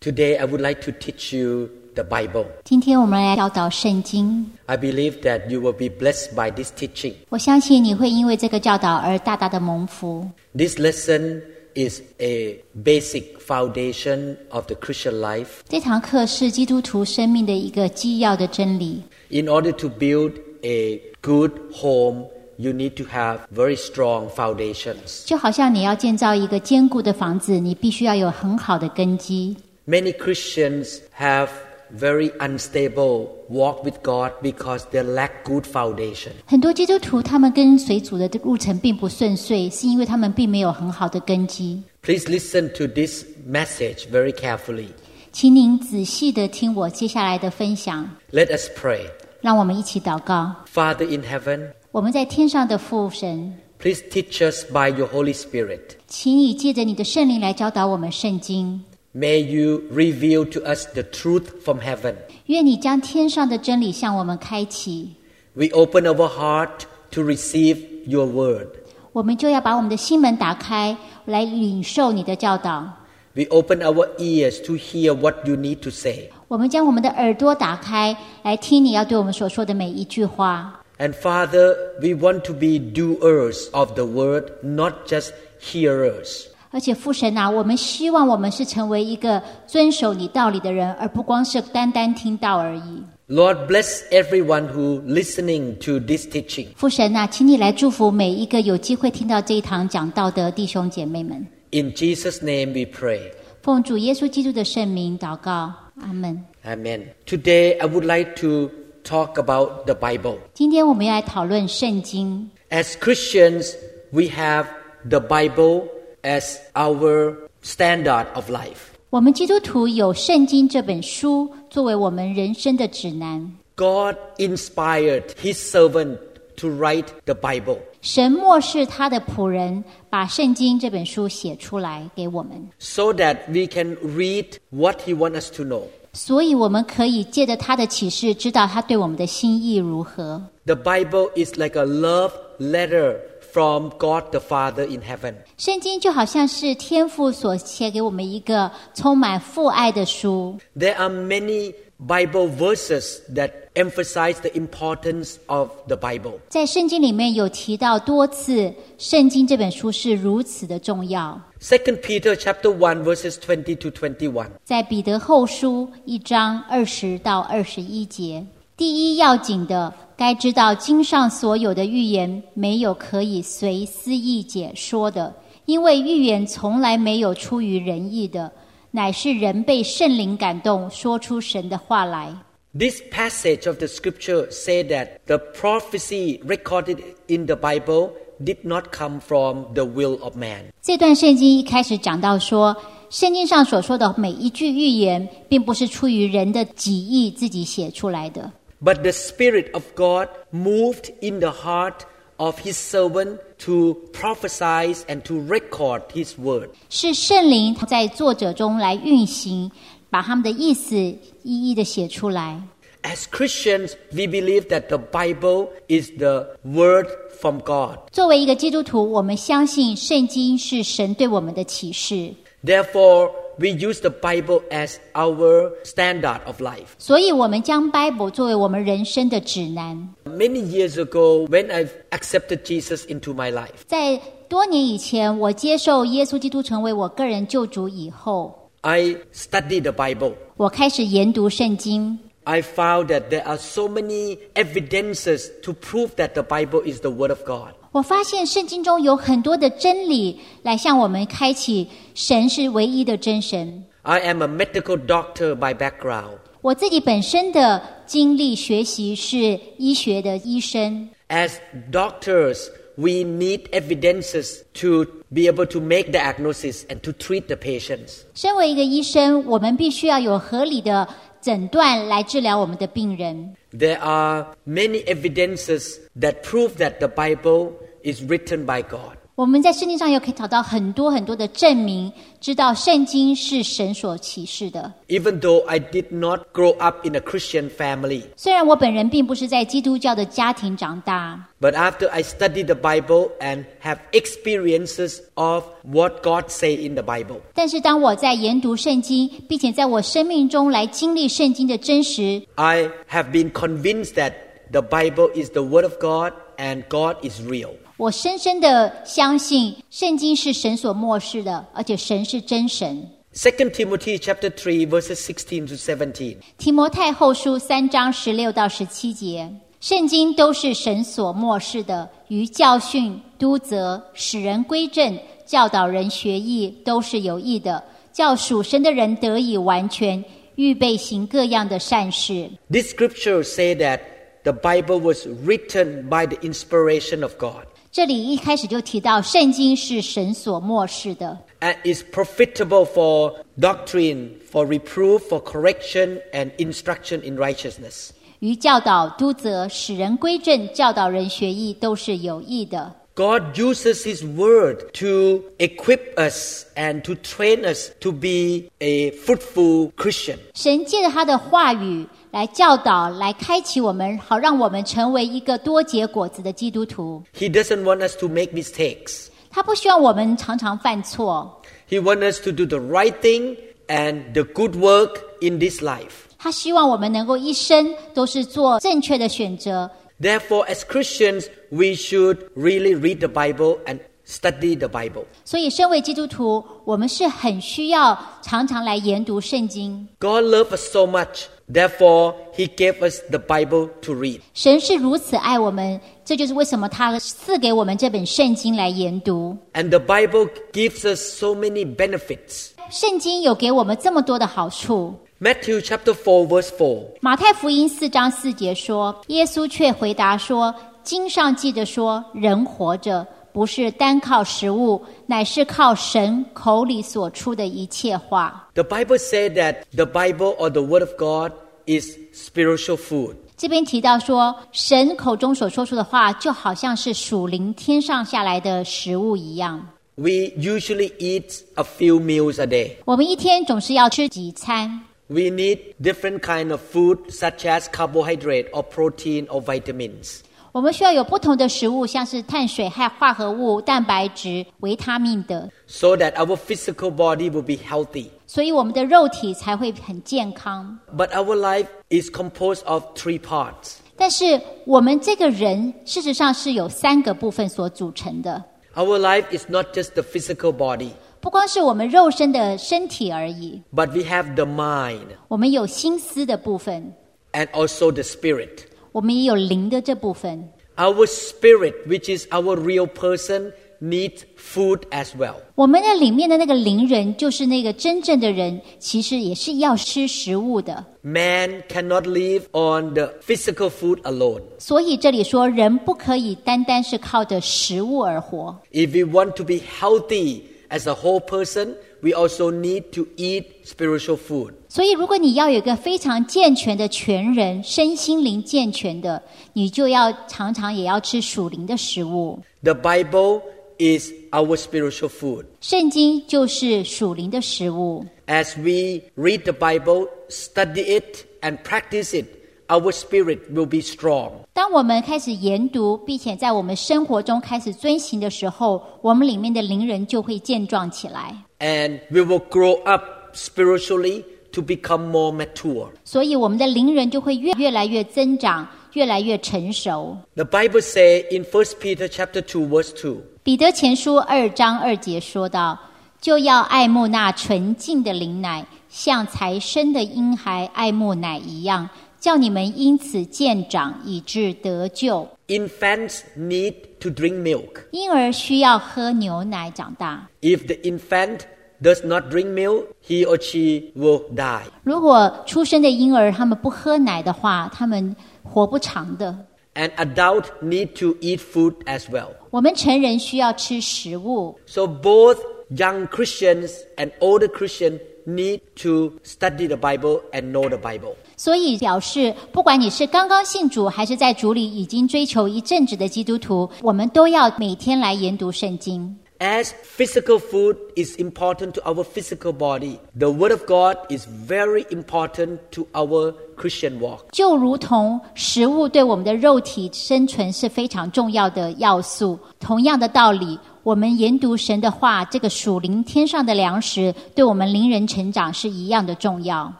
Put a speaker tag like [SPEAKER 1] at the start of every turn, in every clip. [SPEAKER 1] Today, I would like to teach you the Bible.
[SPEAKER 2] 今天我们来教导圣经，
[SPEAKER 1] I believe that you will be blessed by this teaching.
[SPEAKER 2] 我相信你会因为这个教导而大大的蒙福。
[SPEAKER 1] This lesson is a basic foundation of the Christian life.
[SPEAKER 2] 这堂课是基督徒生命的一个基要的真理。
[SPEAKER 1] In order to build a good home, you need to have very strong foundations.
[SPEAKER 2] 就好像你要建造一个坚固的房子，你必须要有很好的根基。
[SPEAKER 1] Many Christians have very unstable walk with God because they lack good foundation.
[SPEAKER 2] 很多基督徒他们跟随主的路程并不顺遂，是因为他们并没有很好的根基。
[SPEAKER 1] Please listen to this message very carefully.
[SPEAKER 2] 请您仔细的听我接下来的分享，
[SPEAKER 1] Let us pray.
[SPEAKER 2] 让我们一起祷告。
[SPEAKER 1] Father in heaven,
[SPEAKER 2] 我们在天上的父神，
[SPEAKER 1] please teach us by your Holy Spirit.
[SPEAKER 2] 请你借着你的圣灵来教导我们圣经。
[SPEAKER 1] May you reveal to us the truth from heaven.
[SPEAKER 2] 愿你将天上的真理向我们开启，
[SPEAKER 1] We open our heart to receive your word.
[SPEAKER 2] 我们就要把我们的心门打开，来领受你的教导。
[SPEAKER 1] We open our ears to hear what you need to say.
[SPEAKER 2] 我们将我们的耳朵打开，来听你要对我们所说的每一句话。
[SPEAKER 1] And Father, we want to be doers of the word, not just hearers.
[SPEAKER 2] 而且父神啊，我们希望我们是成为一个遵守你道理的人，而不光是单单听到而已。
[SPEAKER 1] Lord, bless everyone who listening to this teaching.
[SPEAKER 2] 父神啊，请你来祝福每一个有机会听到这一堂讲道的弟兄姐妹们。
[SPEAKER 1] In Jesus' name we pray.
[SPEAKER 2] 奉主耶稣基督的圣名祷告，阿门。
[SPEAKER 1] Amen. Today I would like to talk about the Bible.
[SPEAKER 2] 今天我们要来讨论圣经。
[SPEAKER 1] As Christians, we have the Bible as our standard of life.
[SPEAKER 2] 我们基督徒有圣经这本书作为我们人生的指南。
[SPEAKER 1] God inspired his servant to write the Bible
[SPEAKER 2] 神漠视他的仆人，把圣经这本书写出来给我们，
[SPEAKER 1] so that we can read what he wants us to know.
[SPEAKER 2] 所以我们可以借着他的启示，知道他对我们的心意如何。
[SPEAKER 1] The Bible is like a love letter from God the Father in heaven.
[SPEAKER 2] 圣经就好像是天父所写给我们一个充满父爱的书，
[SPEAKER 1] There are many Bible verses that emphasize the importance of the Bible.
[SPEAKER 2] 在圣经里面有提到多次，圣经这本书是如此的重要。
[SPEAKER 1] Second Peter chapter 1 verses 20 to 21.
[SPEAKER 2] 在彼得后书一章二十到二十一节，第一要紧的，该知道经上所有的预言没有可以随私意解说的，因为预言从来没有出于人意的，乃是人被圣灵感动说出神的话来。
[SPEAKER 1] This passage of the scripture say that the prophecy recorded in the Bible did not come from the will of man.
[SPEAKER 2] 这段圣经一开始讲到说，圣经上所说的每一句预言，并不是出于人的己意自己写出来的，
[SPEAKER 1] But the Spirit of God moved in the heart of His servant to prophesy and to record His word.
[SPEAKER 2] 是圣灵在作者中来运行，把他们的意思一一的写出来。
[SPEAKER 1] As Christians, we believe that the Bible is the word from God.
[SPEAKER 2] 作为一个基督徒，我们相信圣经是神对我们的启示，
[SPEAKER 1] Therefore, we use the Bible as our standard of life.
[SPEAKER 2] 所以我们将 Bible 作为我们人生的指南。
[SPEAKER 1] Many years ago, when I accepted Jesus into my life,
[SPEAKER 2] 在多年以前，我接受耶稣基督成为我个人救主以后，
[SPEAKER 1] I studied the Bible.
[SPEAKER 2] 我开始研读圣经。
[SPEAKER 1] I found that there are so many evidences to prove that the Bible is the Word of God.
[SPEAKER 2] 我发现圣经中有很多的真理来向我们开启神是唯一的真神。
[SPEAKER 1] I am a medical doctor by background,
[SPEAKER 2] 我自己本身的经历学习是医学的医生，
[SPEAKER 1] As doctors, we need evidences to be able to make the diagnosis and to treat the patients.
[SPEAKER 2] 身为一个医生，我们必须要有合理的诊断来治疗我们的病人。
[SPEAKER 1] There are many evidences that prove that the Bible is written by God.
[SPEAKER 2] 我我们在圣经上也可以找到很多很多的证明，知道圣经是神所启示的。
[SPEAKER 1] Even though I did not grow up in a Christian family,
[SPEAKER 2] 虽然我本人并不是在基督教的家庭长大，
[SPEAKER 1] but after I studied the Bible and have experiences of what God say in the Bible,
[SPEAKER 2] 但是当我在研读圣经，并且在我生命中来经历圣经的真实，
[SPEAKER 1] I have been convinced that the Bible is the word of God and God is real.
[SPEAKER 2] 我深深的相信圣经是神所漠视的，而且神是真神。
[SPEAKER 1] Second Timothy chapter 3 verses 16 to 17.
[SPEAKER 2] 提摩太后书三章十六到十七节，圣经都是神所漠视的，于教训、督责、使人归正、教导人学艺，都是有益的，叫属神的人得以完全，预备行各样的善事。
[SPEAKER 1] This scripture say that the Bible was written by the inspiration of God
[SPEAKER 2] 这里一开始就提到，圣经是神所漠视的，
[SPEAKER 1] and is profitable for doctrine, for reproof, for correction and instruction in righteousness.
[SPEAKER 2] 于教导、督责、使人归正、教导人学艺，都是有益的。
[SPEAKER 1] God uses his word to equip us and to train us to be a fruitful Christian.
[SPEAKER 2] 神借着他的话语来教导、来开启我们，好让我们成为一个多结果子的基督徒。
[SPEAKER 1] He doesn't want us to make mistakes.
[SPEAKER 2] 他不希望我们常常犯错，
[SPEAKER 1] He wants us to do the right thing and the good work in this life.
[SPEAKER 2] 他希望我们能够一生都是做正确的选择。
[SPEAKER 1] Therefore, as Christians, we should really read the Bible and study the Bible.
[SPEAKER 2] 所以，身为基督徒，我们是很需要常常来研读圣经。
[SPEAKER 1] God loved us so much. Therefore, He gave us the Bible to read.
[SPEAKER 2] 神是如此爱我们，这就是为什么他赐给我们这本圣经来研读。
[SPEAKER 1] And the Bible gives us so many benefits.
[SPEAKER 2] 圣经有给我们这么多的好处。
[SPEAKER 1] Matthew chapter 4 verse 4.
[SPEAKER 2] 马太福音四章四节说：“耶稣却回答说，经上记着说，人活着不是单靠食物，乃是靠神口里所出的一切话。
[SPEAKER 1] The Bible said that the Bible or the Word of God is spiritual food. ”
[SPEAKER 2] 这边提到说，神口中所说出的话，就好像是属灵天上下来的食物一样。
[SPEAKER 1] We usually eat a few meals a day.
[SPEAKER 2] 我们一天总是要吃几餐，
[SPEAKER 1] We need different kind of food such as carbohydrate or protein or vitamins.
[SPEAKER 2] 我们需要有不同的食物，像是碳水、和化合物、蛋白质、维他命等，
[SPEAKER 1] so that our physical body will be healthy.
[SPEAKER 2] 所以我们的肉体才会很健康。
[SPEAKER 1] But our life is composed of three parts.
[SPEAKER 2] 但是我们这个人事实上是有三个部分所组成的，
[SPEAKER 1] Our life is not just the physical body,
[SPEAKER 2] 不光是我们肉身的身体而已，
[SPEAKER 1] but we have the mind
[SPEAKER 2] 我们有心思的部分，
[SPEAKER 1] and also the spirit.
[SPEAKER 2] 我们也有灵的这部分。
[SPEAKER 1] Our spirit, which is our real person, needs food as well.
[SPEAKER 2] 我们的里面的那个灵人，就是那个真正的人，其实也是要吃食物的。
[SPEAKER 1] Man cannot live on the physical food alone.
[SPEAKER 2] 所以这里说，人不可以单单是靠着食物而活。
[SPEAKER 1] If we want to be healthy as a whole person, we also need to eat spiritual food.
[SPEAKER 2] 所以，如果你要有一个非常健全的全人，身心灵健全的，你就要常常也要吃属灵的食物。
[SPEAKER 1] The Bible is our spiritual food.
[SPEAKER 2] 圣经就是属灵的食物。
[SPEAKER 1] As we read the Bible, study it, and practice it, our spirit will be strong.
[SPEAKER 2] 当我们开始研读，并且在我们生活中开始遵行的时候，我们里面的灵人就会健壮起来。
[SPEAKER 1] And we will grow up spiritually to become more mature.
[SPEAKER 2] 所以，我们的灵人就会越越来越增长，越来越成熟。
[SPEAKER 1] The Bible says in 1 Peter chapter 2 verse 2,
[SPEAKER 2] 彼得前书二章二节说道：“就要爱慕那纯净的灵奶，像才生的婴孩爱慕奶一样，叫你们因此渐长，以致得救。
[SPEAKER 1] infants need to drink milk.
[SPEAKER 2] 婴儿需要喝牛奶长大，
[SPEAKER 1] If the infant does not drink milk, he or she will die.
[SPEAKER 2] 如果出生的婴儿他们不喝奶的话，他们活不长的。
[SPEAKER 1] And adult need to eat food as well.
[SPEAKER 2] 我们成人需要吃食物，
[SPEAKER 1] So both young Christians and older Christians need to study the Bible and know the Bible.
[SPEAKER 2] 所以表示，不管你是刚刚信主，还是在主里已经追求一阵子的基督徒，我们都要每天来研读圣经。
[SPEAKER 1] As physical food is important to our physical body, the Word of God is very important to our Christian walk.
[SPEAKER 2] 就如同食物对我们的肉体生存是非常重要的要素，同样的道理，我们研读神的话，这个属灵天上的粮食，对我们灵人成长是一样的重要。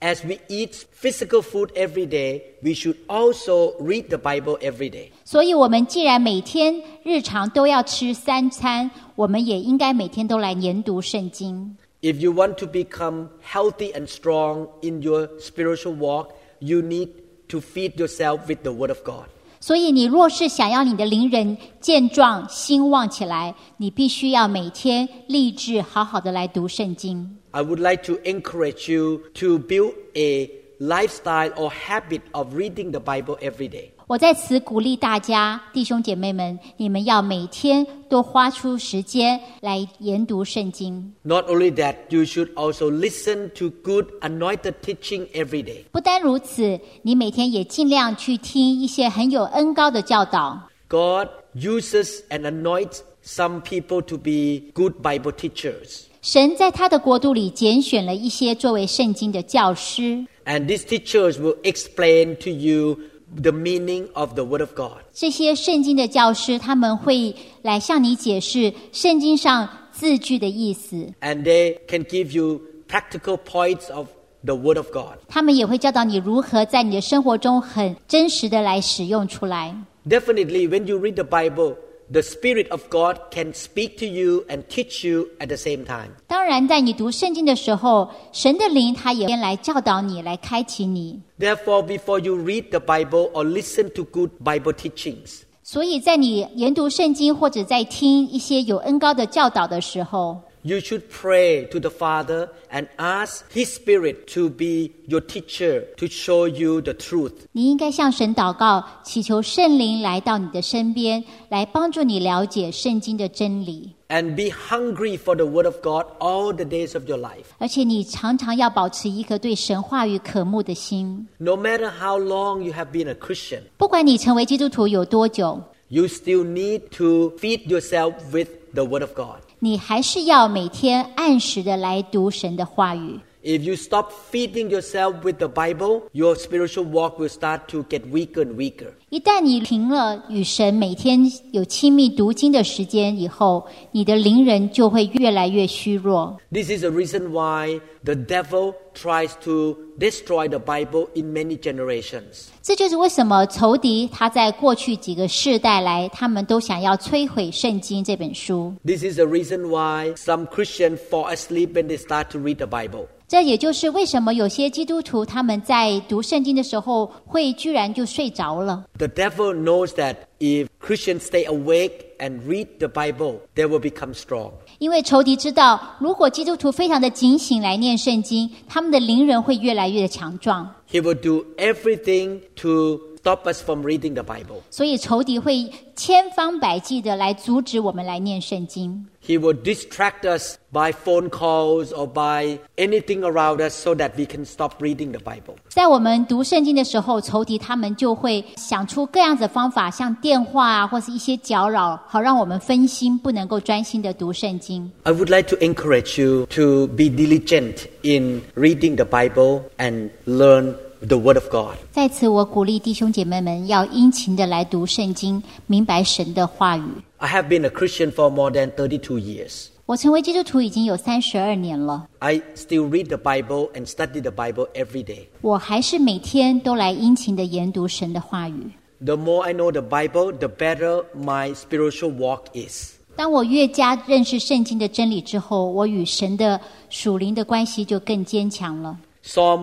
[SPEAKER 1] As we eat physical food every day, we should also read the Bible every day.
[SPEAKER 2] 所以，我们既然每天日常都要吃三餐，我们也应该每天都来研读圣经。
[SPEAKER 1] If you want to become healthy and strong in your spiritual walk, you need to feed yourself with the Word of God.
[SPEAKER 2] 所以，你若是想要你的灵人健壮兴旺起来，你必须要每天立志好好的来读圣经。
[SPEAKER 1] I would like to encourage you to build a lifestyle or habit of reading the Bible every day.
[SPEAKER 2] 我在此鼓励大家，弟兄姐妹们，你们要每天多花出时间来研读圣经。
[SPEAKER 1] Not only that, you should also listen to good anointed teaching every day.
[SPEAKER 2] 不单如此，你每天也尽量去听一些很有恩高的教导。
[SPEAKER 1] God uses and anoints some people to be good Bible teachers.
[SPEAKER 2] 神在他的国度里拣选了一些作为圣经的教师，
[SPEAKER 1] And these teachers will explain to you the meaning of the Word of God.
[SPEAKER 2] 这些圣经的教师他们会来向你解释圣经上字句的意思，
[SPEAKER 1] And they can give you practical points of the Word of God.
[SPEAKER 2] 他们也会教导你如何在你的生活中很真实的来使用出来。
[SPEAKER 1] Definitely, when you read the Bible, the Spirit of God can speak to you and teach you at the same time.
[SPEAKER 2] 当然，在你读圣经的时候，神的灵他也来教导你，来开启你。
[SPEAKER 1] Therefore, before you read the Bible or listen to good Bible teachings,
[SPEAKER 2] 所以在你研读圣经或者在听一些有恩高的教导的时候，
[SPEAKER 1] you should pray to the Father and ask His Spirit to be your teacher to show you the truth.
[SPEAKER 2] 你应该向神祷告，祈求圣灵来到你的身边，来帮助你了解圣经的真理。
[SPEAKER 1] And be hungry for the Word of God all the days of your life.
[SPEAKER 2] 而且你常常要保持一颗对神话语渴慕的心。
[SPEAKER 1] No matter how long you have been a Christian,
[SPEAKER 2] 不管你成为基督徒有多久，
[SPEAKER 1] you still need to feed yourself with the Word of God.
[SPEAKER 2] 你还是要每天按时的来读神的话语。
[SPEAKER 1] If you stop feeding yourself with the Bible, your spiritual walk will start to get weaker and weaker.
[SPEAKER 2] 一旦你停了与神每天有亲密读经的时间以后，你的灵人就会越来越虚弱。
[SPEAKER 1] This is the reason why the devil tries to destroy the Bible in many generations.
[SPEAKER 2] 这就是为什么仇敌他在过去几个世代来，他们都想要摧毁圣经这本书。
[SPEAKER 1] This is the reason why some Christians fall asleep when they start to read the Bible.
[SPEAKER 2] 这也就是为什么有些基督徒他们在读圣经的时候会居然就睡着了。
[SPEAKER 1] The devil knows that if Christians stay awake and read the Bible, they will become strong.
[SPEAKER 2] 因为仇敌知道，如果基督徒非常的警醒来念圣经，他们的灵人会越来越的强壮。
[SPEAKER 1] He will do everything to stop us from reading the Bible.
[SPEAKER 2] 所以仇敌会千方百计的来阻止我们来念圣经，
[SPEAKER 1] He will distract us by phone calls or by anything around us so that we can stop reading the Bible.
[SPEAKER 2] 在我们读圣经的时候，仇敌他们就会想出各样子的方法，像电话啊，或是一些搅扰，好让我们分心，不能够专心的读圣经。
[SPEAKER 1] I would like to encourage you to be diligent in reading the Bible and learn the Word of God.
[SPEAKER 2] 在此，我鼓励弟兄姐妹们要殷勤的来读圣经，明白神的话语。
[SPEAKER 1] I have been a Christian for more than 32 years.
[SPEAKER 2] 我成为基督徒已经有三十二年了，
[SPEAKER 1] I still read the Bible and study the Bible every day.
[SPEAKER 2] 我还是每天都来殷勤的研读神的话语。
[SPEAKER 1] The more I know the Bible, the better my spiritual walk is.
[SPEAKER 2] 当我越加认识圣经的真理之后，我与神的属灵的关系就更坚强了。
[SPEAKER 1] Psalm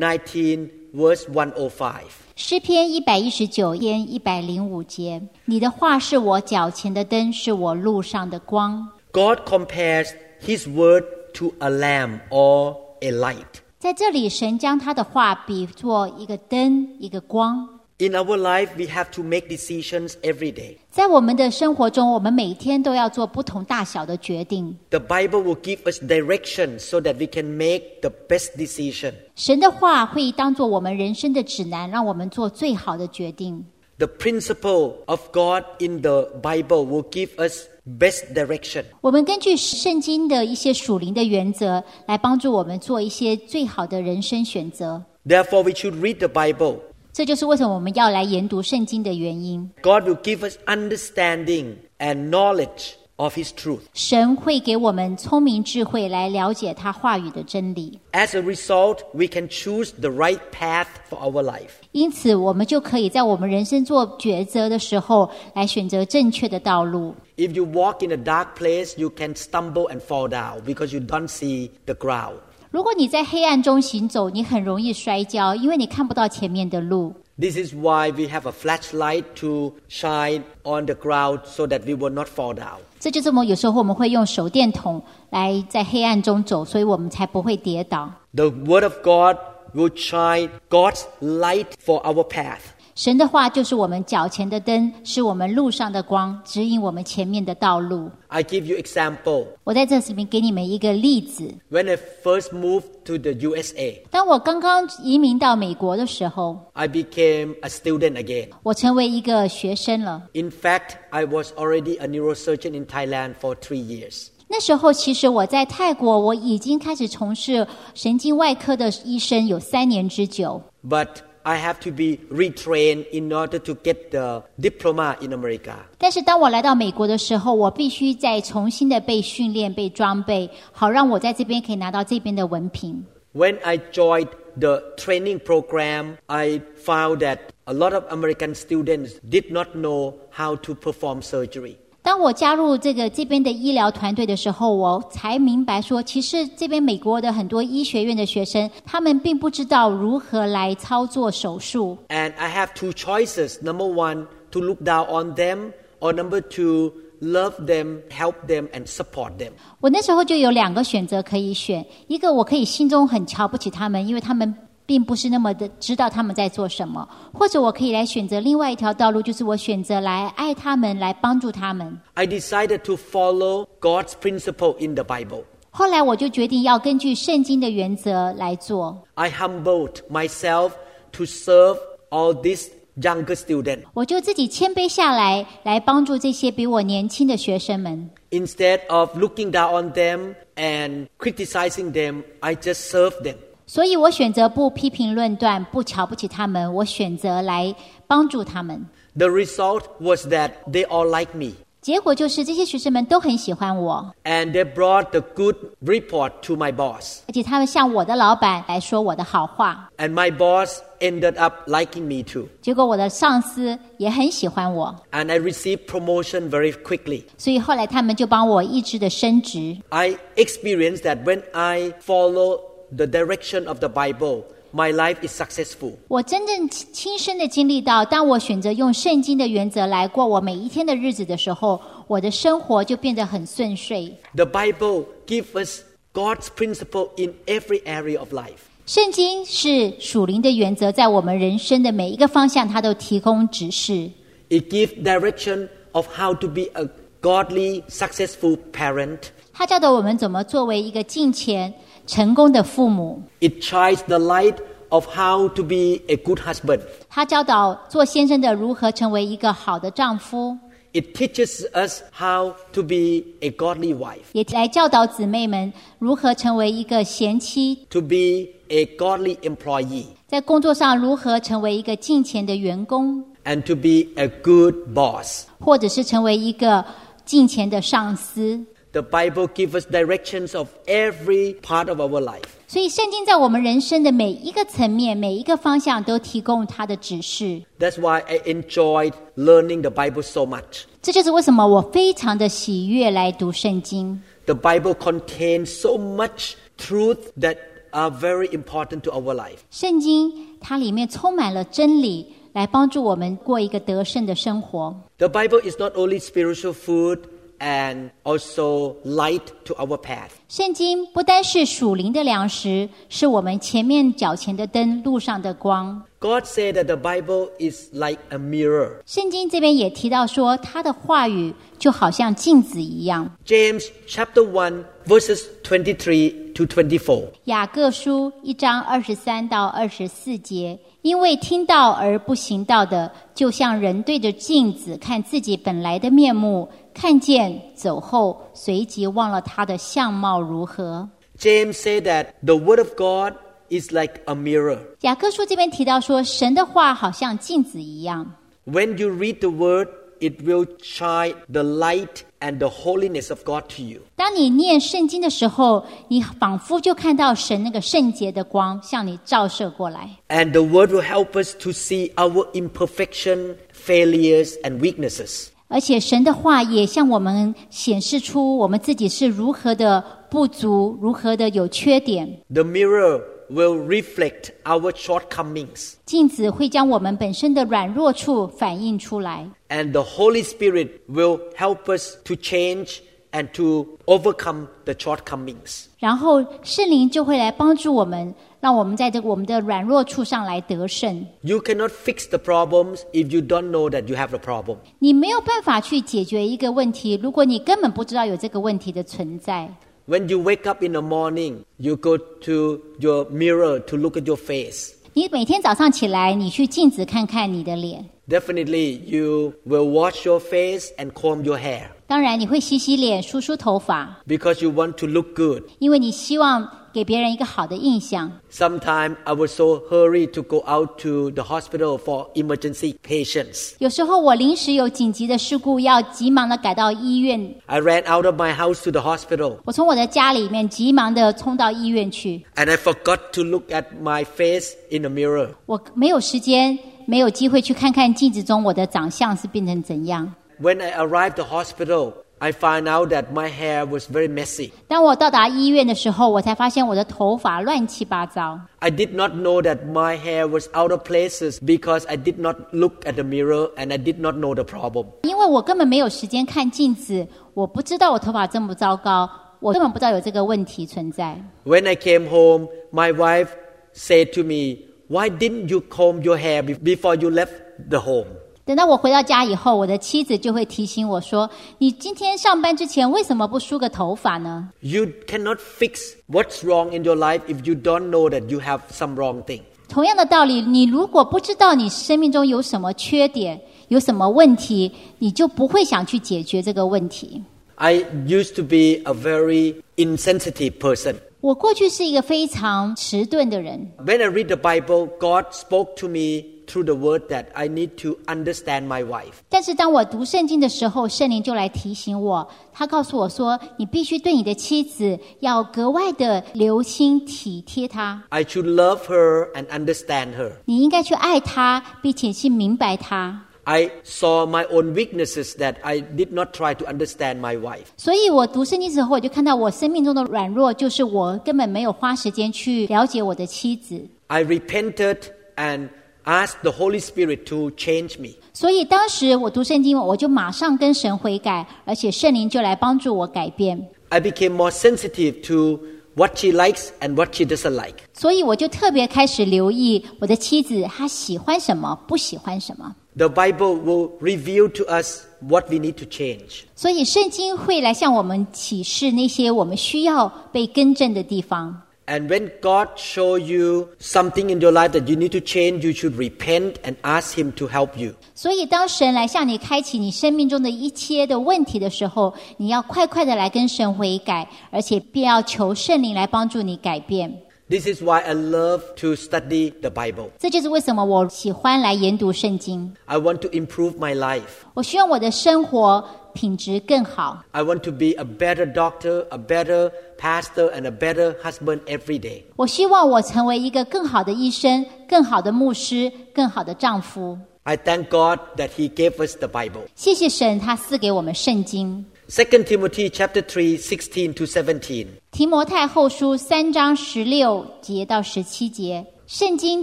[SPEAKER 1] 119, verse 105.
[SPEAKER 2] 诗篇一百一十九篇一百零五节：你的话是我脚前的灯，是我路上的光。
[SPEAKER 1] God compares his word to a lamp or a light.
[SPEAKER 2] 在这里，神将他的话比作一个灯，一个光。
[SPEAKER 1] In our life, we have to make decisions every day.
[SPEAKER 2] 在我们的生活中，我们每天都要做不同大小的决定。
[SPEAKER 1] The Bible will give us direction so that we can make the best decision.
[SPEAKER 2] 神的话会当做我们人生的指南，让我们做最好的决定。
[SPEAKER 1] The principle of God in the Bible will give us best direction.
[SPEAKER 2] 我们根据圣经的一些属灵的原则，来帮助我们做一些最好的人生选择。
[SPEAKER 1] Therefore, we should read the Bible.
[SPEAKER 2] 这就是为什么我们要来研读圣经的原因。
[SPEAKER 1] God will give us understanding and knowledge of His truth.
[SPEAKER 2] 神会给我们聪明智慧来了解他话语的真理，
[SPEAKER 1] As a result, we can choose the right path for our life.
[SPEAKER 2] 因此我们就可以在我们人生做抉择的时候来选择正确的道路。
[SPEAKER 1] If you walk in a dark place, you can stumble and fall down because you don't see the ground.
[SPEAKER 2] 如果你在黑暗中行走，你很容易摔跤，因为你看不到前面的路。
[SPEAKER 1] This is why we have a flashlight to shine on the ground so that we will not fall down.
[SPEAKER 2] 这就是我们有时候我们会用手电筒来在黑暗中走，所以我们才不会跌倒。
[SPEAKER 1] The Word of God will shine God's light for our path.
[SPEAKER 2] 神的话就是我们脚前的灯，是我们路上的光，指引我们前面的道路。
[SPEAKER 1] I give you example.
[SPEAKER 2] 我在这里面给你们一个例子：
[SPEAKER 1] When I first moved to the USA,
[SPEAKER 2] 当我刚刚移民到美国的时候，
[SPEAKER 1] I became a student again.
[SPEAKER 2] 我成为一个学生了。
[SPEAKER 1] In fact, I was already a neurosurgeon in Thailand for three years.
[SPEAKER 2] 那时候，其实我在泰国，我已经开始从事神经外科的医生有三年之久。
[SPEAKER 1] But I have to be retrained in order to get the diploma in America.
[SPEAKER 2] 但是当我来到美国的时候，我必须再重新的被训练、被装备，好让我在这边可以拿到这边的文凭。
[SPEAKER 1] When I joined the training program, I found that a lot of American students did not know how to perform surgery.
[SPEAKER 2] 当我加入这个这边的医疗团队的时候，我才明白说，其实这边美国的很多医学院的学生，他们并不知道如何来操作手术。
[SPEAKER 1] And I have two choices. Number one, to look down on them, or number two, love them, help them, and support them.
[SPEAKER 2] 我那时候就有两个选择可以选，一个我可以心中很瞧不起他们，因为他们并不是那么的知道他们在做什么，或者我可以来选择另外一条道路，就是我选择来爱他们，来帮助他们。
[SPEAKER 1] I decided to follow God's principle in the Bible.
[SPEAKER 2] 后来我就决定要根据圣经的原则来做，
[SPEAKER 1] I humbled myself to serve all these younger students.
[SPEAKER 2] 我就自己谦卑下来，来帮助这些比我年轻的学生们。
[SPEAKER 1] Instead of looking down on them and criticizing them, I just served them.
[SPEAKER 2] 所以我选择不批评论断，不瞧不起他们，我选择来帮助他们。
[SPEAKER 1] The result was that they all liked me
[SPEAKER 2] 结果就是这些学生们都很喜欢我，
[SPEAKER 1] and they brought the good report to my boss.
[SPEAKER 2] 而且他们向我的老板来说我的好话。
[SPEAKER 1] And my boss ended up liking me too.
[SPEAKER 2] 结果我的上司也很喜欢我，
[SPEAKER 1] And I received promotion very quickly.
[SPEAKER 2] 所以后来他们就帮我一直的升职。
[SPEAKER 1] I experienced that when I follow the direction of the Bible, my life is successful.
[SPEAKER 2] 我真正亲亲身的经历到，当我选择用圣经的原则来过我每一天的日子的时候，我的生活就变得很顺遂。
[SPEAKER 1] The Bible gives us God's principle in every area of life.
[SPEAKER 2] 圣经是属灵的原则，在我们人生的每一个方向，它都提供指示。
[SPEAKER 1] It gives direction of how to be a godly, successful parent.
[SPEAKER 2] 它教导我们怎么作为一个敬虔成功的父母，
[SPEAKER 1] It shines the light of how to be a good husband.
[SPEAKER 2] 它教导做先生的如何成为一个好的丈夫，
[SPEAKER 1] It teaches us how to be a godly wife,
[SPEAKER 2] 也来教导姊妹们如何成为一个贤妻，
[SPEAKER 1] to be a godly employee,
[SPEAKER 2] 在工作上如何成为一个敬虔的员工。
[SPEAKER 1] and to be a good boss.
[SPEAKER 2] 或者是成为一个敬虔的上司。
[SPEAKER 1] The Bible gives us directions of every part of our life.
[SPEAKER 2] 所以，圣经在我们人生的每一个层面、每一个方向都提供它的指示。
[SPEAKER 1] That's why I enjoyed learning the Bible so much.
[SPEAKER 2] 这就是为什么我非常的喜悦来读圣经。
[SPEAKER 1] The Bible contains so much truth that are very important to our life.
[SPEAKER 2] 圣经它里面充满了真理，来帮助我们过一个得胜的生活。
[SPEAKER 1] The Bible is not only spiritual food and also light to our path.
[SPEAKER 2] 圣经不单是属灵的粮食，是我们前面脚前的灯，路上的光。
[SPEAKER 1] God said that the Bible is like a mirror.
[SPEAKER 2] 圣经这边也提到说，他的话语就好像镜子一样。
[SPEAKER 1] James chapter 1 verses 23 to 24.
[SPEAKER 2] 雅各书一章二十三到二十四节，因为听到而不行道的，就像人对着镜子看自己本来的面目，看见走后，随即忘了他的相貌如何。
[SPEAKER 1] James said that the word of God is like a mirror.
[SPEAKER 2] 雅各书这边提到说，神的话好像镜子一样，
[SPEAKER 1] When you read the word, it will shine the light and the holiness of God to you.
[SPEAKER 2] 当你念圣经的时候，你仿佛就看到神那个圣洁的光向你照射过来。
[SPEAKER 1] And the word will help us to see our imperfection, failures, and weaknesses.
[SPEAKER 2] 而且神的话也向我们显示出我们自己是如何的不足，如何的有缺点。
[SPEAKER 1] The mirror will reflect our shortcomings.
[SPEAKER 2] 镜子会将我们本身的软弱处反映出来，
[SPEAKER 1] And the Holy Spirit will help us to change and to overcome the shortcomings.
[SPEAKER 2] 然后圣灵就会来帮助我们，让我们在这个我们的软弱处上来得胜。
[SPEAKER 1] You cannot fix the problems if you don't know that you have a problem.
[SPEAKER 2] 你没有办法去解决一个问题，如果你根本不知道有这个问题的存在。
[SPEAKER 1] When you wake up in the morning, you go to your mirror to look at your face.
[SPEAKER 2] 你每天早上起来，你去镜子看看你的脸，
[SPEAKER 1] Definitely, you will wash your face and comb your hair
[SPEAKER 2] 当然你会洗洗脸、梳梳头发，
[SPEAKER 1] because you want to look good.
[SPEAKER 2] 因为你希望给别人一个好的印象。
[SPEAKER 1] Sometimes I was so hurried to go out to the hospital for emergency patients.
[SPEAKER 2] 有时候我临时有紧急的事故，要急忙的赶到医院。
[SPEAKER 1] I ran out of my house to the hospital
[SPEAKER 2] 我从我的家里面急忙的冲到医院去，
[SPEAKER 1] and I forgot to look at my face in the mirror.
[SPEAKER 2] 我没有时间，没有机会去看看镜子中我的长相是变成怎样。
[SPEAKER 1] When I arrived at the hospital, I found out that my hair was very messy.
[SPEAKER 2] 当我到达医院的时候，我才发现我的头发乱七八糟。
[SPEAKER 1] I did not know that my hair was out of places because I did not look at the mirror and I did not know the problem.
[SPEAKER 2] 因为我根本没有时间看镜子，我不知道我头发这么糟糕，我根本不知道有这个问题存在。
[SPEAKER 1] When I came home, my wife said to me, Why didn't you comb your hair be- before you left the home?
[SPEAKER 2] 等到我回到家以后，我的妻子就会提醒我说：“你今天上班之前为什么不梳个头发呢？”
[SPEAKER 1] You cannot fix what's wrong in your life if you don't know that you have some wrong thing.
[SPEAKER 2] 同样的道理，你如果不知道你生命中有什么缺点、有什么问题，你就不会想去解决这个问题。
[SPEAKER 1] I used to be a very insensitive person.
[SPEAKER 2] 我过去是一个非常迟钝的人。
[SPEAKER 1] When I read the Bible, God spoke to me through the word that I need to understand my wife.
[SPEAKER 2] 但是当我读圣经的时候，圣灵就来提醒我，他告诉我说：“你必须对你的妻子要格外的留心体贴她，
[SPEAKER 1] I should love her and understand her.
[SPEAKER 2] 你应该去爱她，并且去明白她。
[SPEAKER 1] I saw my own weaknesses that I did not try to understand my wife. ”
[SPEAKER 2] 所以，我读圣经的时候，我就看到我生命中的软弱，就是我根本没有花时间去了解我的妻子。
[SPEAKER 1] I repented and asked the Holy Spirit to change me.
[SPEAKER 2] 所以当时我读圣经，我就马上跟神悔改，而且圣灵就来帮助我改变。
[SPEAKER 1] I became more sensitive to what she likes and what she doesn't like.
[SPEAKER 2] 所以我就特别开始留意我的妻子，她喜欢什么，不喜欢什么。
[SPEAKER 1] The Bible will reveal to us what we need to change.
[SPEAKER 2] 所以圣经会来向我们启示那些我们需要被更正的地方。
[SPEAKER 1] And when God show you something in your life that you need to change, you should repent and ask him to help you.
[SPEAKER 2] 所以当神来向你开启你生命中的一切的问题的时候，你要快快的来跟神悔改，而且必要求圣灵来帮助你改变。
[SPEAKER 1] This is why I love to study the Bible.
[SPEAKER 2] 这就是为什么我喜欢来研读圣经。
[SPEAKER 1] I want to improve my life.
[SPEAKER 2] 我希望我的生活品质更好，
[SPEAKER 1] I want to be a better doctor, a better pastor, and a better husband every day.
[SPEAKER 2] 我希望我成为一个更好的医生、更好的牧师、更好的丈夫。
[SPEAKER 1] I thank God that He gave us the Bible.
[SPEAKER 2] 谢谢神，他赐给我们圣经。
[SPEAKER 1] 2 Timothy chapter 3, 16 to 17.
[SPEAKER 2] 提摩太后书三章十六节到十七节，圣经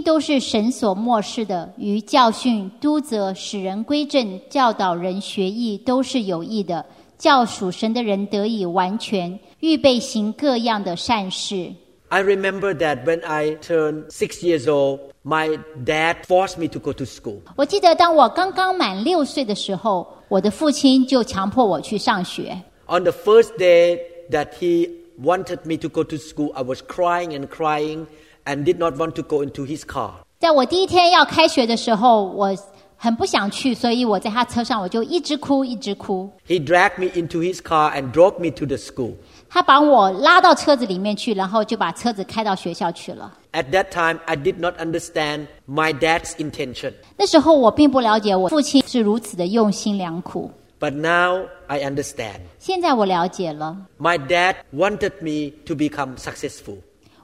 [SPEAKER 2] 都是神所漠视的，于教训、督责、使人归正、教导人学艺，都是有益的，叫属神的人得以完全，预备行各样的善事。
[SPEAKER 1] I remember that when I turned six years old, my dad forced me to go to school.
[SPEAKER 2] 我记得当我刚刚满六岁的时候，我的父亲就强迫我去上学。
[SPEAKER 1] On the first day that he wanted me to go to school, I was crying and crying and did not want to go into his car.
[SPEAKER 2] 在我第一天要开学的时候，我很不想去，所以我在他车上我就一直哭，一直哭。
[SPEAKER 1] He dragged me into his car and drove me to the school.
[SPEAKER 2] 他把我拉到车子里面去，然后就把车子开到学校去了。
[SPEAKER 1] At that time, I did not understand my dad's intention.
[SPEAKER 2] 那时候我并不了解我父亲是如此的用心良苦，
[SPEAKER 1] But now I understand.
[SPEAKER 2] 现在我了解了。
[SPEAKER 1] My dad wanted me to become successful.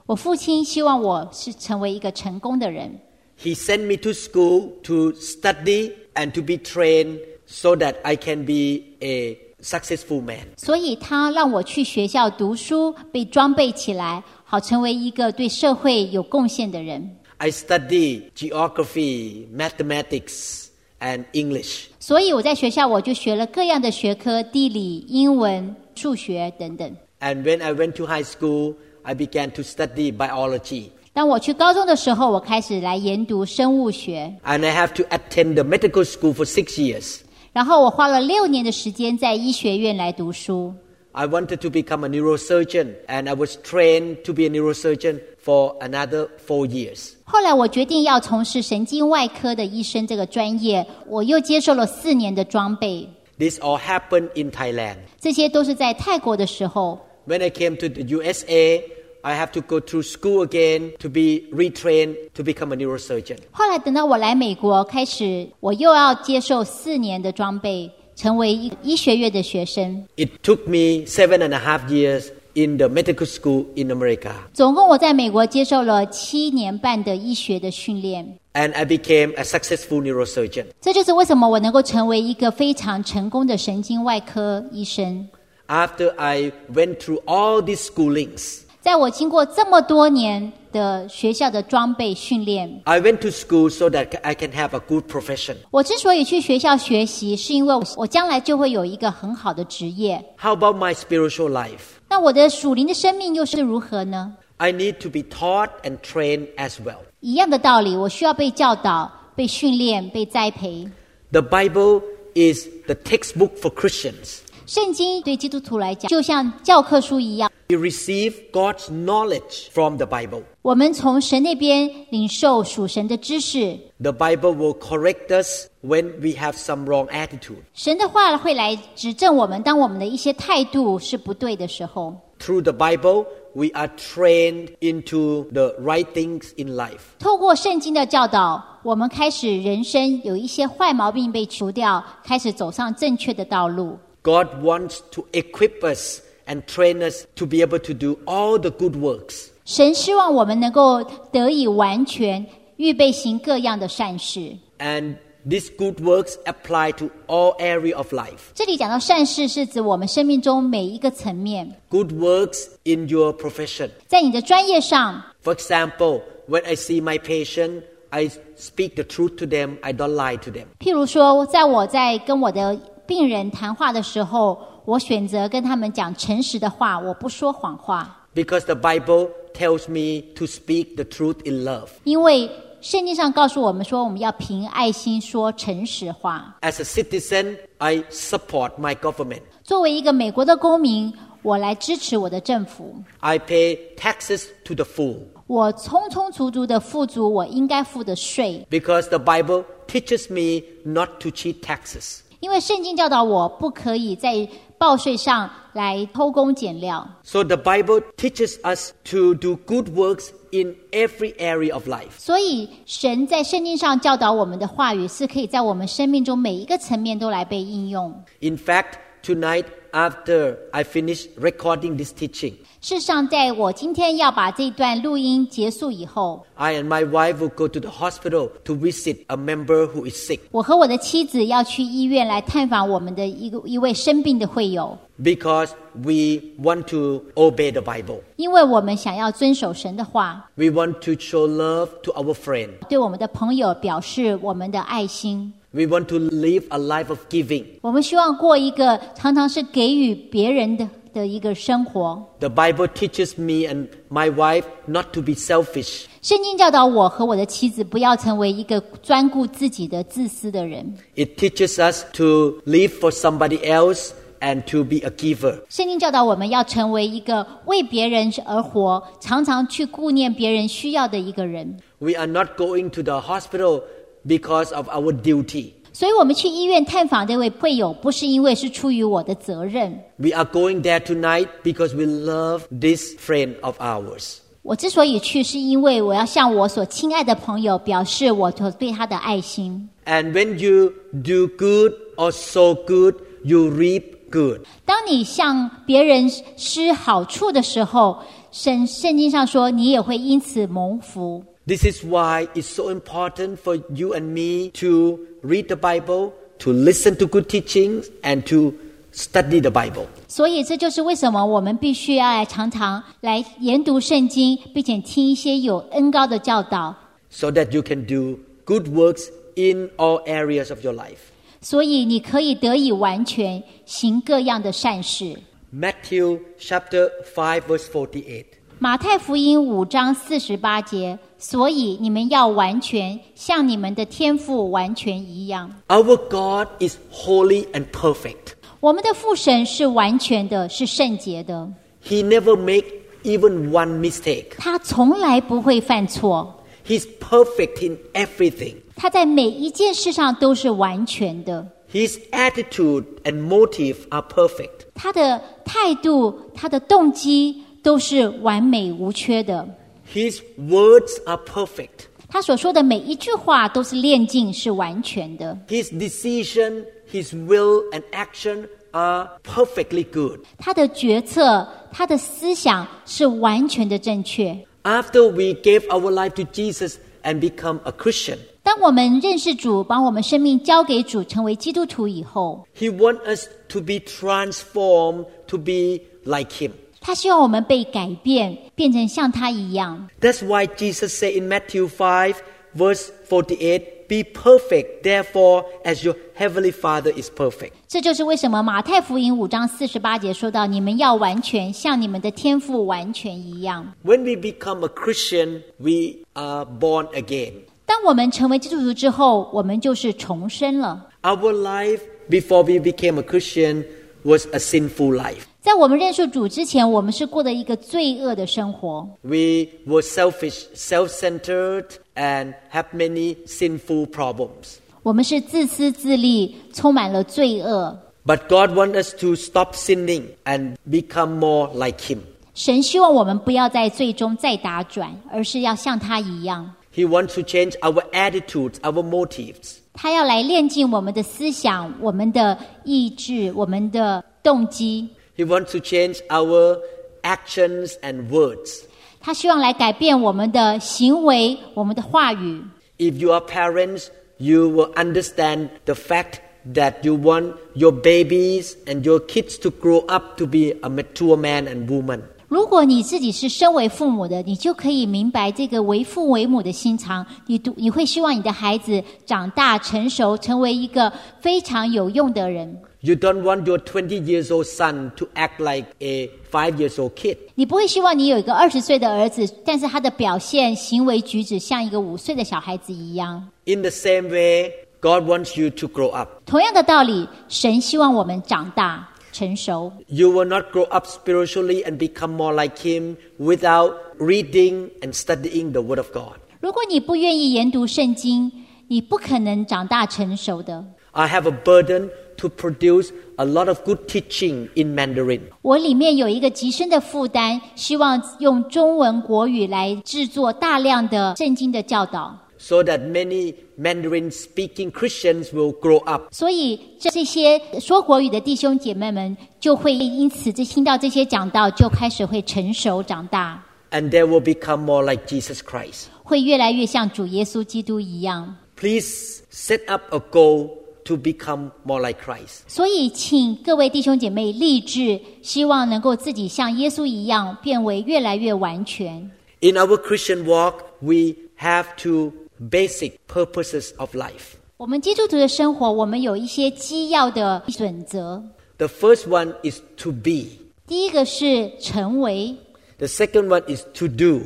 [SPEAKER 2] 我父亲希望我是成为一个成功的人，
[SPEAKER 1] He sent me to school to study and to be trained so that I can be a successful man.
[SPEAKER 2] 所以他让我去学校读书，被装备起来，好成为一个对社会有贡献的人。
[SPEAKER 1] I studied geography, mathematics, and English.
[SPEAKER 2] 所以我在学校我就学了各样的学科，地理、英文、数学等等。
[SPEAKER 1] And when I went to high school, I began to study biology.
[SPEAKER 2] 当我去高中的时候，我开始来研读生物学，
[SPEAKER 1] And I have to attend the medical school for six years.
[SPEAKER 2] 然后我花了六年的时间在医学院来读书。
[SPEAKER 1] I wanted to become a neurosurgeon, and I was trained to be a neurosurgeon for another four years.
[SPEAKER 2] 后来我决定要从事神经外科的医生这个专业，我又接受了四年的装备，
[SPEAKER 1] This all happened in Thailand.
[SPEAKER 2] 这些都是在泰国的时候。
[SPEAKER 1] When I came to the USA, I have to go through school again to be retrained to become a neurosurgeon.
[SPEAKER 2] 后来等到我来美国，开始我又要接受四年的装备，成为一医学院的学生。
[SPEAKER 1] It took me seven and a half years in the medical school in America,
[SPEAKER 2] 总共我在美国接受了七年半的医学的训练，
[SPEAKER 1] and I became a successful neurosurgeon.
[SPEAKER 2] 这就是为什么我能够成为一个非常成功的神经外科医生。
[SPEAKER 1] After I went through all these schoolings,
[SPEAKER 2] 在我经过这么多年的学校的装备训练，
[SPEAKER 1] I went to school so that I can have a good profession.
[SPEAKER 2] 我之所以去学校学习，是因为我将来就会有一个很好的职业。
[SPEAKER 1] How about my spiritual life?
[SPEAKER 2] 那我的属灵的生命又是如何呢？
[SPEAKER 1] I need to be taught and trained as well.
[SPEAKER 2] 一样的道理，我需要被教导、被训练、被栽培。
[SPEAKER 1] The Bible is the textbook for Christians.
[SPEAKER 2] 圣经对基督徒来讲，就像教科书一样，
[SPEAKER 1] We receive God's knowledge from the Bible.
[SPEAKER 2] 我们从神那边领受属神的知识。
[SPEAKER 1] The Bible will correct us when we have some wrong attitude.
[SPEAKER 2] 神的话会来指正我们，当我们的一些态度是不对的时候，
[SPEAKER 1] Through the Bible, we are trained into the right things in life.
[SPEAKER 2] 透过圣经的教导，我们开始人生有一些坏毛病被除掉，开始走上正确的道路。
[SPEAKER 1] God wants to equip us and train us to be able to do all the good works.
[SPEAKER 2] 神希望我们能够得以完全预备行各样的善事。
[SPEAKER 1] And these good works apply to all area of life.
[SPEAKER 2] 这里讲到善事，是指我们生命中每一个层面，
[SPEAKER 1] Good works in your profession.
[SPEAKER 2] 在你的专业上，
[SPEAKER 1] For example, when I see my patient, I speak the truth to them. I don't lie to them.
[SPEAKER 2] 譬如说，在我在跟我的病人谈话的时候，我选择跟他们讲诚实的话，我不说谎话，
[SPEAKER 1] Because the Bible tells me to speak the truth in love.
[SPEAKER 2] 因为圣经上告诉我们说，我们要凭爱心说诚实话。
[SPEAKER 1] As a citizen, I support my government.
[SPEAKER 2] 作为一个美国的公民，我来支持我的政府，
[SPEAKER 1] I pay taxes to the full
[SPEAKER 2] 我充充足足的付足我应该付的税，
[SPEAKER 1] because the Bible teaches me not to cheat taxes.
[SPEAKER 2] 因为圣经教导我不可以在报税上来偷工减料。
[SPEAKER 1] So the Bible teaches us to do good works in every area of life.
[SPEAKER 2] 所以，神在圣经上教导我们的话语，是可以在我们生命中每一个层面都来被应用。
[SPEAKER 1] In fact, tonight after I finish recording this teaching,
[SPEAKER 2] 事实上，在我今天要把这段录音结束以后，
[SPEAKER 1] I and my wife will go to the hospital to visit a member who is sick
[SPEAKER 2] 我和我的妻子要去医院来探访我们的一个一位生病的会友，
[SPEAKER 1] because we want to obey the Bible.
[SPEAKER 2] 因为我们想要遵守神的话，
[SPEAKER 1] We want to show love to our friend.
[SPEAKER 2] 对我们的朋友表示我们的爱心。
[SPEAKER 1] We want to live a life of giving.
[SPEAKER 2] 我们希望过一个常常是给予别人的的一个生活。
[SPEAKER 1] The Bible teaches me and my wife not to be selfish.
[SPEAKER 2] 圣经教导我和我的妻子不要成为一个专顾自己的自私的人。
[SPEAKER 1] It teaches us to live for somebody else and to be a giver.
[SPEAKER 2] 圣经教导我们要成为一个为别人而活，常常去顾念别人需要的一个人。
[SPEAKER 1] We are not going to the hospital because of our duty.
[SPEAKER 2] 所以，我们去医院探访这位会友，不是因为是出于我的责任。
[SPEAKER 1] We are going there tonight because we love this friend of ours.
[SPEAKER 2] 我之所以去，是因为我要向我所亲爱的朋友表示我所对他的爱心。
[SPEAKER 1] And when you do good or sow good, you reap good.
[SPEAKER 2] 当你向别人施好处的时候，圣圣经上说，你也会因此蒙福。
[SPEAKER 1] This is why it's so important for you and me to read the Bible, to listen to good teachings, and to study the Bible.
[SPEAKER 2] 所以，这就是为什么我们必须要来常常来研读圣经，并且听一些有恩高的教导，
[SPEAKER 1] so that you can do good works in all areas of your life.
[SPEAKER 2] 所以你可以得以完全行各样的善事。
[SPEAKER 1] Matthew chapter 5 verse 48.
[SPEAKER 2] 马太福音五章四十八节，所以你们要完全像你们的天赋完全一样。
[SPEAKER 1] Our God is holy and perfect.
[SPEAKER 2] 我们的父神是完全的，是圣洁的，
[SPEAKER 1] He never make even one mistake.
[SPEAKER 2] 他从来不会犯错，
[SPEAKER 1] He's perfect in everything.
[SPEAKER 2] 他在每一件事上都是完全的。
[SPEAKER 1] His attitude and motive are perfect.
[SPEAKER 2] 他的态度、他的动机都是完美无缺的。
[SPEAKER 1] His words are perfect.
[SPEAKER 2] 他所说的每一句话都是练尽，是完全的。
[SPEAKER 1] His decision, his will and action are perfectly good.
[SPEAKER 2] 他的决策、他的思想是完全的正确。
[SPEAKER 1] After we gave our life to Jesus and become a Christian,
[SPEAKER 2] 当我们认识主，把我们生命交给主，成为基督徒以后，
[SPEAKER 1] He wants us to be transformed to be like Him.
[SPEAKER 2] 他希望我们被改变，变成像他一样。
[SPEAKER 1] That's why Jesus said in Matthew 5, verse 48, Be perfect, therefore, as your heavenly Father is perfect.
[SPEAKER 2] 这就是为什么马太福音五章四十八节说到：“你们要完全像你们的天赋完全一样。”
[SPEAKER 1] When we become a Christian, we are born again.
[SPEAKER 2] 当我们成为基督徒之后，我们就是重生了。
[SPEAKER 1] Our life before we became a Christian was a sinful life.
[SPEAKER 2] 在我们认识主之前，我们是过的一个罪恶的生活，
[SPEAKER 1] We were selfish, self centered, and have many sinful problems.
[SPEAKER 2] 我们是自私自利，充满了罪恶。
[SPEAKER 1] But God wants us to stop sinning and become more like Him.
[SPEAKER 2] 神希望我们不要在最终再打转，而是要像他一样，
[SPEAKER 1] He wants to change our attitudes, our motives.
[SPEAKER 2] 他要来炼尽我们的思想、我们的意志、我们的动机。
[SPEAKER 1] He wants to change our actions and words.
[SPEAKER 2] 他希望来改变我们的行为、我们的话语。
[SPEAKER 1] If you are parents, you will understand the fact that you want your babies and your kids to grow up to be a mature man and woman.
[SPEAKER 2] 如果你自己是身为父母的，你就可以明白这个为父为母的心肠。你读，你会希望你的孩子长大成熟，成为一个非常有用的人。
[SPEAKER 1] You don't want your 20 years old son to act like a 5 years old kid.
[SPEAKER 2] 你不会希望你有一个二十岁的儿子，但是他的表现、行为举止像一个五岁的小孩子一样。
[SPEAKER 1] In the same way, God wants you to grow up.
[SPEAKER 2] 同样的道理，神希望我们长大成熟。
[SPEAKER 1] You will not grow up spiritually and become more like Him without reading and studying the Word of God.
[SPEAKER 2] 如果你不愿意研读圣经，你不可能长大成熟的。
[SPEAKER 1] I have a burden to produce a lot of good teaching in Mandarin.
[SPEAKER 2] 我里面有一个极深的负担，希望用中文国语来制作大量的圣经的教导，
[SPEAKER 1] So that many Mandarin speaking Christians will grow up.
[SPEAKER 2] 所以这这些说国语的弟兄姐妹们就会因此这听到这些讲道，就开始会成熟长大，
[SPEAKER 1] and they will become more like Jesus Christ.
[SPEAKER 2] 会越来越像主耶稣基督一样。
[SPEAKER 1] Please set up a goal to become more like Christ.
[SPEAKER 2] 所以，请各位弟兄姐妹立志，希望能够自己像耶稣一样，变为越来越完全。
[SPEAKER 1] In our Christian walk, we have two basic purposes of life.
[SPEAKER 2] 我们基督徒的生活，我们有一些基要的准则。
[SPEAKER 1] The first one is to be,
[SPEAKER 2] 第一个是成为，
[SPEAKER 1] the second one is to do.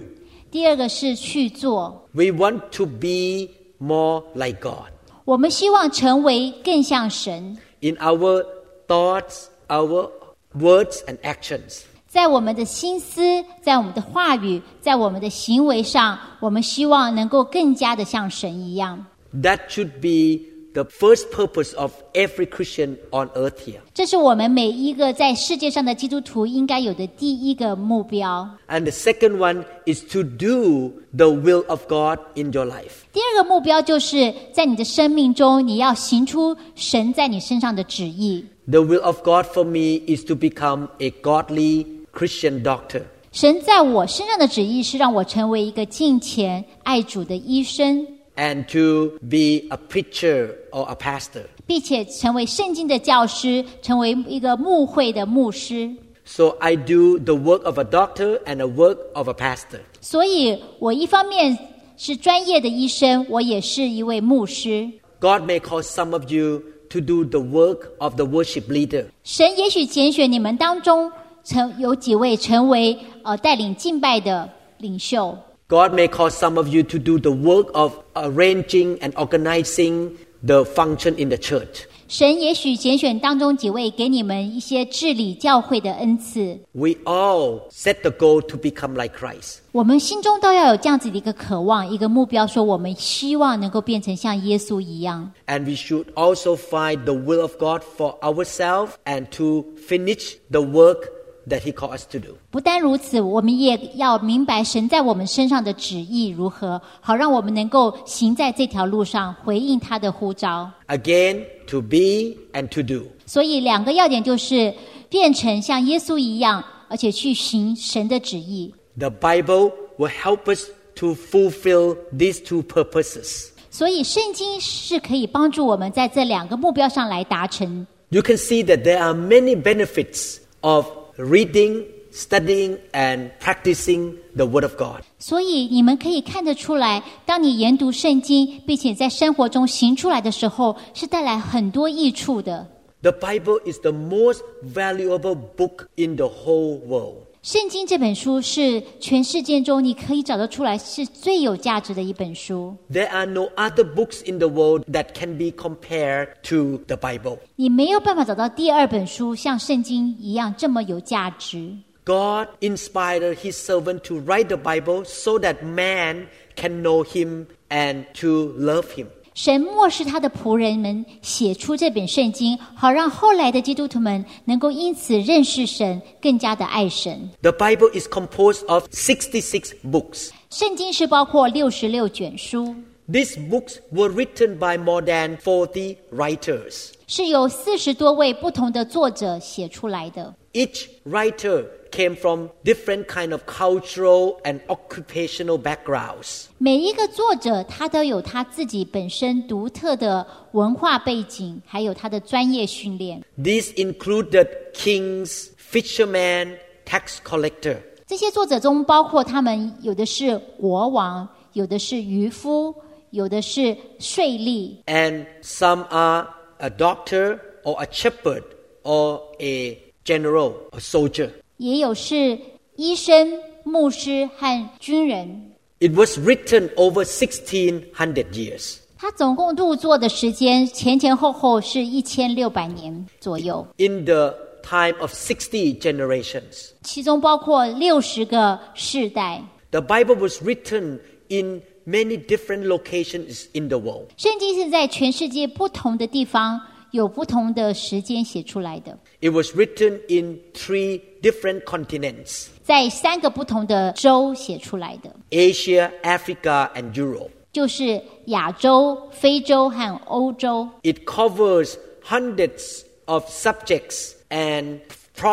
[SPEAKER 2] 第二个是去做。
[SPEAKER 1] We want to be more like God
[SPEAKER 2] 我们希望成为更像神，
[SPEAKER 1] in our thoughts, our words, and actions.
[SPEAKER 2] 在我们的心思、在我们的话语、在我们的行为上，我们希望能够更加的像神一样。
[SPEAKER 1] That should be the first purpose of every Christian on earth here.
[SPEAKER 2] 这是我们每一个在世界上的基督徒应该有的第一个目标。
[SPEAKER 1] And the second one is to do the will of God in your life.
[SPEAKER 2] 第二个目标就是在你的生命中，你要行出神在你身上的旨意。
[SPEAKER 1] The will of God for me is to become a godly Christian doctor.
[SPEAKER 2] 神在我身上的旨意是让我成为一个敬虔爱主的医生，
[SPEAKER 1] and to be a preacher or a pastor.
[SPEAKER 2] 并且成为圣经的教师，成为一个牧会的牧师。
[SPEAKER 1] So I do the work of a doctor and the work of a pastor.
[SPEAKER 2] 所以，我一方面是专业的医生，我也是一位牧师。
[SPEAKER 1] God may call some of you to do the work of the worship leader.
[SPEAKER 2] 神也许拣选你们当中成有几位成为呃带领敬拜的领袖，
[SPEAKER 1] God may call some of you to do the work of arranging and organizing the function in the church.
[SPEAKER 2] 神也许拣选当中几位给你们一些治理教会的恩赐。
[SPEAKER 1] We all set the goal to become like Christ.
[SPEAKER 2] 我们心中都要有这样子的一个渴望，一个目标，说我们希望能够变成像耶稣一样。
[SPEAKER 1] And we should also find the will of God for ourselves and to finish the work that He called us to do.
[SPEAKER 2] 不但如此，我们也要明白神在我们身上的旨意如何，好让我们能够行在这条路上，回应他的呼召。
[SPEAKER 1] Again, to be and to do.
[SPEAKER 2] 所以，两个要点就是变成像耶稣一样，而且去行神的旨意。
[SPEAKER 1] The Bible will help us to fulfill these two purposes.
[SPEAKER 2] 所以，圣经是可以帮助我们在这两个目标上来达成。
[SPEAKER 1] You can see that there are many benefits of reading, studying, and practicing the Word of God.
[SPEAKER 2] 所以你们可以看得出来，当你研读圣经，并且在生活中行出来的时候，是带来很多益处的。
[SPEAKER 1] The Bible is the most valuable book in the whole world.
[SPEAKER 2] 圣经这本书是全世界中你可以找得出来是最有价值的一本书。
[SPEAKER 1] There are no other books in the world that can be compared to the Bible.
[SPEAKER 2] 你没有办法找到第二本书像圣经一样这么有价值。
[SPEAKER 1] God inspired his servant to write the Bible so that man can know him and to love him.
[SPEAKER 2] 神漠视他的仆人们写出这本圣经，好让后来的基督徒们能够因此认识神，更加的爱神。
[SPEAKER 1] The Bible is composed of 66 books.
[SPEAKER 2] 圣经是包括六十六卷书，
[SPEAKER 1] These books were written by more than 40 writers.
[SPEAKER 2] 是由四十多位不同的作者写出来的。
[SPEAKER 1] Each writer came from different kind of cultural and occupational backgrounds.
[SPEAKER 2] 每一个作者他都有他自己本身独特的文化背景，还有他的专业训练。
[SPEAKER 1] These included kings, fishermen, tax collector.
[SPEAKER 2] 这些作者中包括他们有的是国王，有的是渔夫，有的是税吏，
[SPEAKER 1] and some are a doctor or a shepherd or a general or soldier.
[SPEAKER 2] 也有是医生、牧师和军人。
[SPEAKER 1] It was written over 1600 years.
[SPEAKER 2] 他总共入座的时间前前后后是一千六百年左右，
[SPEAKER 1] in the time of 60 generations.
[SPEAKER 2] 其中包括六十个世代。
[SPEAKER 1] The Bible was written in many different locations in the world.
[SPEAKER 2] 圣经是在全世界不同的地方有不同的时间写出来的，
[SPEAKER 1] It was written in three different continents
[SPEAKER 2] 在三个不同的州写出来的，
[SPEAKER 1] Asia, Africa, and Europe.
[SPEAKER 2] 就是亚洲、非洲和欧洲。
[SPEAKER 1] It covers hundreds of subjects and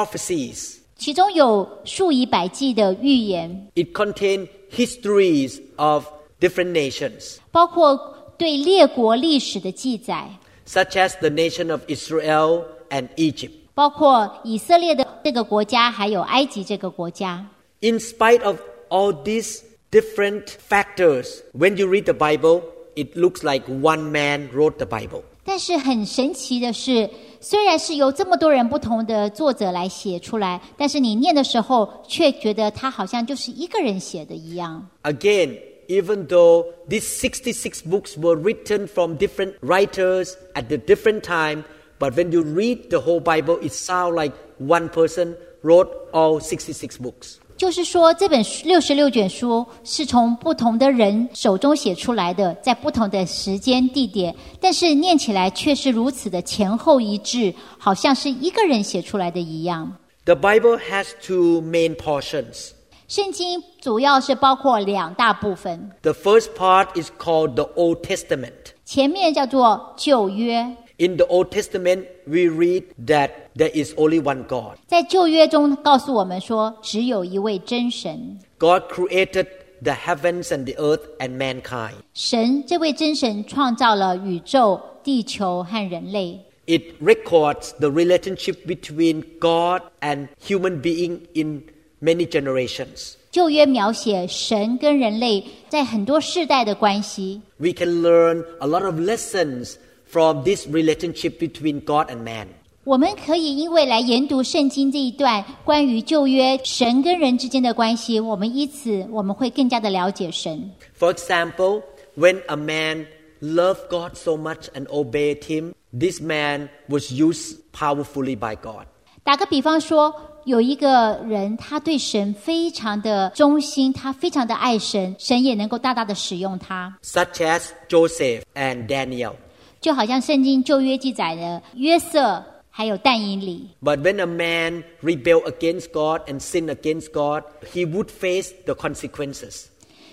[SPEAKER 1] prophecies.
[SPEAKER 2] 其中有数以百计的预言，
[SPEAKER 1] It contained histories of different nations,
[SPEAKER 2] 包括对列国历史的记载，
[SPEAKER 1] such as the nation of Israel and Egypt.
[SPEAKER 2] 包括以色列的这个国家，还有埃及这个国家。
[SPEAKER 1] In spite of all these different factors, when you read the Bible, it looks like one man wrote the Bible.
[SPEAKER 2] 但是很神奇的是，虽然是由这么多人不同的作者来写出来，但是你念的时候却觉得他好像就是一个人写的一样。
[SPEAKER 1] Again, even though these 66 books were written from different writers at the different time, but when you read the whole Bible, it sounds like one person wrote all 66 books.
[SPEAKER 2] 就是说，这本六十六卷书是从不同的人手中写出来的，在不同的时间地点，但是念起来却是如此的前后一致，好像是一个人写出来的一样。
[SPEAKER 1] The Bible has two main portions.
[SPEAKER 2] 圣经主要是包括两大部分，
[SPEAKER 1] The first part is called the Old Testament.
[SPEAKER 2] 前面叫做旧约，
[SPEAKER 1] In the Old Testament, we read that there is only one God.
[SPEAKER 2] 在旧约中告诉我们说，只有一位真神。
[SPEAKER 1] God created the heavens and the earth and mankind.
[SPEAKER 2] 神这位真神创造了宇宙、地球和人类，
[SPEAKER 1] It records the relationship between God and human being in many generations.
[SPEAKER 2] 旧约描写神跟人类在很多世代的关系，
[SPEAKER 1] We can learn a lot of lessons from this relationship between God and man.
[SPEAKER 2] 我们可以因为来研读圣经这一段关于旧约神跟人之间的关系，我们以此我们会更加的了解神。
[SPEAKER 1] For example, when a man loved God so much and obeyed him, this man was used powerfully by God.
[SPEAKER 2] 打个比方说，有一个人他对神非常的忠心，他非常的爱神，神也能够大大的使用他。
[SPEAKER 1] such as Joseph and Daniel.
[SPEAKER 2] 就好像圣经旧约记载的约瑟还有但以理，
[SPEAKER 1] But when a man rebelled against God and sinned against God, he would face the consequences.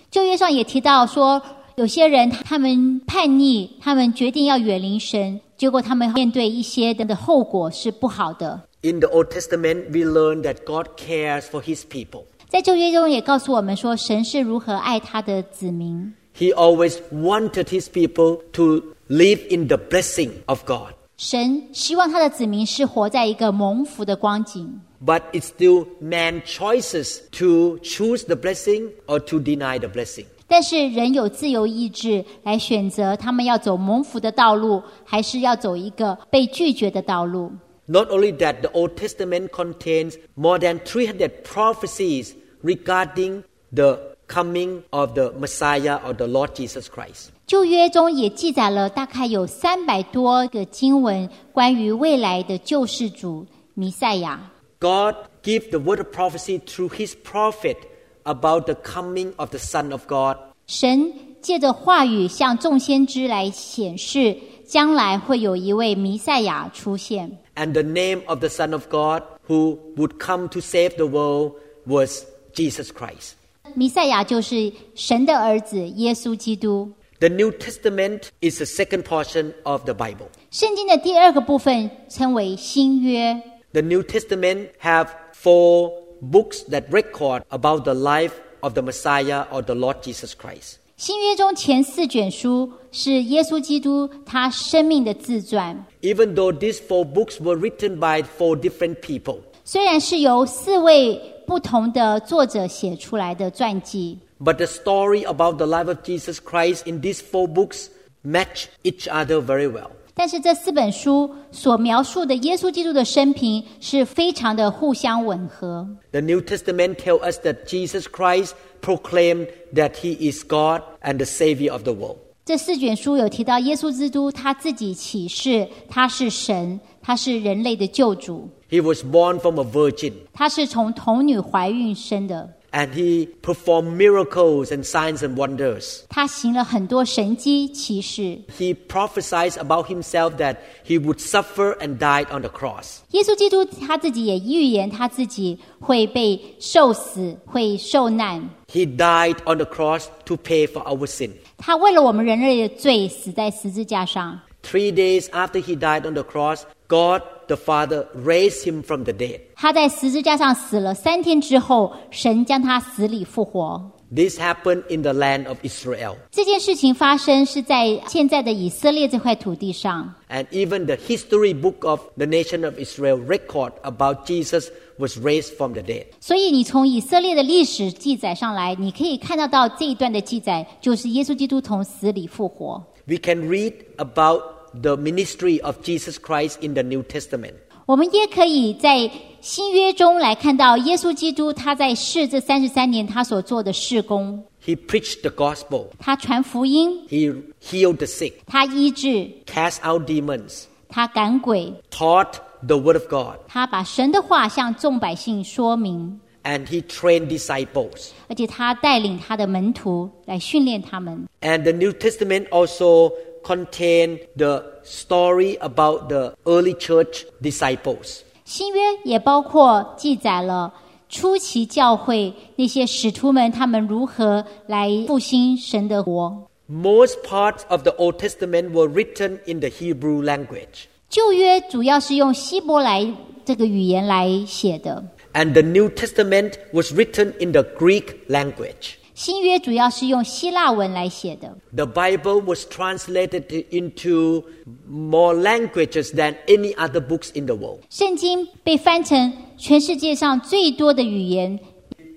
[SPEAKER 2] 旧约上也提到说，有些人他们叛逆，他们决定要远离神，结果他们面对一些的后果是不好的。
[SPEAKER 1] In the Old Testament, we learn that God cares for his people.
[SPEAKER 2] 在旧约中也告诉我们说，神是如何爱他的子民。
[SPEAKER 1] He always wanted his people to live in the blessing of God.
[SPEAKER 2] 神希望他的子民是活在一个蒙福的光景，
[SPEAKER 1] But it's still man's choices to choose the blessing or to deny the blessing.
[SPEAKER 2] 但是人有自由意志来选择他们要走蒙福的道路，还是要走一个被拒绝的道路。
[SPEAKER 1] Not only that, the Old Testament contains more than 300 prophecies regarding the coming of the Messiah or the Lord Jesus Christ.
[SPEAKER 2] 旧约中也记载了大概有三百多个经文，关于未来的救世主弥赛亚。
[SPEAKER 1] God gave the word of prophecy through his prophet about the coming of the Son of God.
[SPEAKER 2] 神借着话语向众先知来显示，将来会有一位弥赛亚出现。
[SPEAKER 1] And the name of the Son of God who would come to save the world was Jesus Christ.
[SPEAKER 2] 弥赛亚就是神的儿子耶稣基督。
[SPEAKER 1] The New Testament is the second portion of the Bible.
[SPEAKER 2] 圣经的第二个部分称为新约，
[SPEAKER 1] The New Testament have four books that record about the life of the Messiah or the Lord Jesus Christ.
[SPEAKER 2] 新约中前四卷书是耶稣基督他生命的自传。
[SPEAKER 1] Even though these four books were written by four different people,
[SPEAKER 2] 虽然是由四位不同的作者写出来的传记，
[SPEAKER 1] but the story about the life of Jesus Christ in these four books match each other very well.
[SPEAKER 2] 但是这四本书所描述的耶稣基督的生平是非常的互相吻合。
[SPEAKER 1] The New Testament tells us that Jesus Christ proclaimed that he is God and the savior of the world.
[SPEAKER 2] 这四卷书有提到耶稣基督他自己启示他是神，他是人类的救主，
[SPEAKER 1] He was born from a virgin
[SPEAKER 2] 他是从童女怀孕生的，
[SPEAKER 1] and he performed miracles and signs and wonders.
[SPEAKER 2] 他行了很多神迹奇事。
[SPEAKER 1] He prophesied about himself that he would suffer and die on the cross.
[SPEAKER 2] 耶稣基督他自己也预言他自己会被受死，会受难。
[SPEAKER 1] He died on the cross to pay for our sin.
[SPEAKER 2] 他为了我们人类的罪死在十字架上。
[SPEAKER 1] Three days after he died on the cross, God the Father raised him from the dead.
[SPEAKER 2] 他在十字架上死了三天之后，神将他死里复活。
[SPEAKER 1] This happened in the land of Israel.
[SPEAKER 2] 这件事情发生是在现在的以色列这块土地上，
[SPEAKER 1] And even the history book of the nation of Israel record about Jesus was raised from the dead.
[SPEAKER 2] 所以你从以色列的历史记载上来，你可以看得到这一段的记载，就是耶稣基督从死里复活。
[SPEAKER 1] We can read about the ministry of Jesus Christ in the New Testament.
[SPEAKER 2] 我们也可以在新约中来看到耶稣基督他在世这三十三年他所做的事工，
[SPEAKER 1] He preached the gospel.
[SPEAKER 2] 他传福音，
[SPEAKER 1] He healed the sick,
[SPEAKER 2] 他医治，
[SPEAKER 1] cast out demons,
[SPEAKER 2] 他赶鬼，
[SPEAKER 1] taught the word of God,
[SPEAKER 2] 他把神的话向众百姓说明，
[SPEAKER 1] and he trained disciples.
[SPEAKER 2] 而且他带领他的门徒来训练他们。
[SPEAKER 1] And the New Testament also contained the story about the early church disciples.
[SPEAKER 2] 新约也包括记载了初期教会那些使徒们他们如何来复兴神的国。
[SPEAKER 1] Most parts of the Old Testament were written in the Hebrew language,
[SPEAKER 2] 旧约主要是用希伯来这个语言来写的，
[SPEAKER 1] and the New Testament was written in the Greek language.
[SPEAKER 2] 新约主要是用希腊文来写的。
[SPEAKER 1] The Bible was translated into more languages than any other books in the world.
[SPEAKER 2] 圣经被翻成全世界上最多的语言，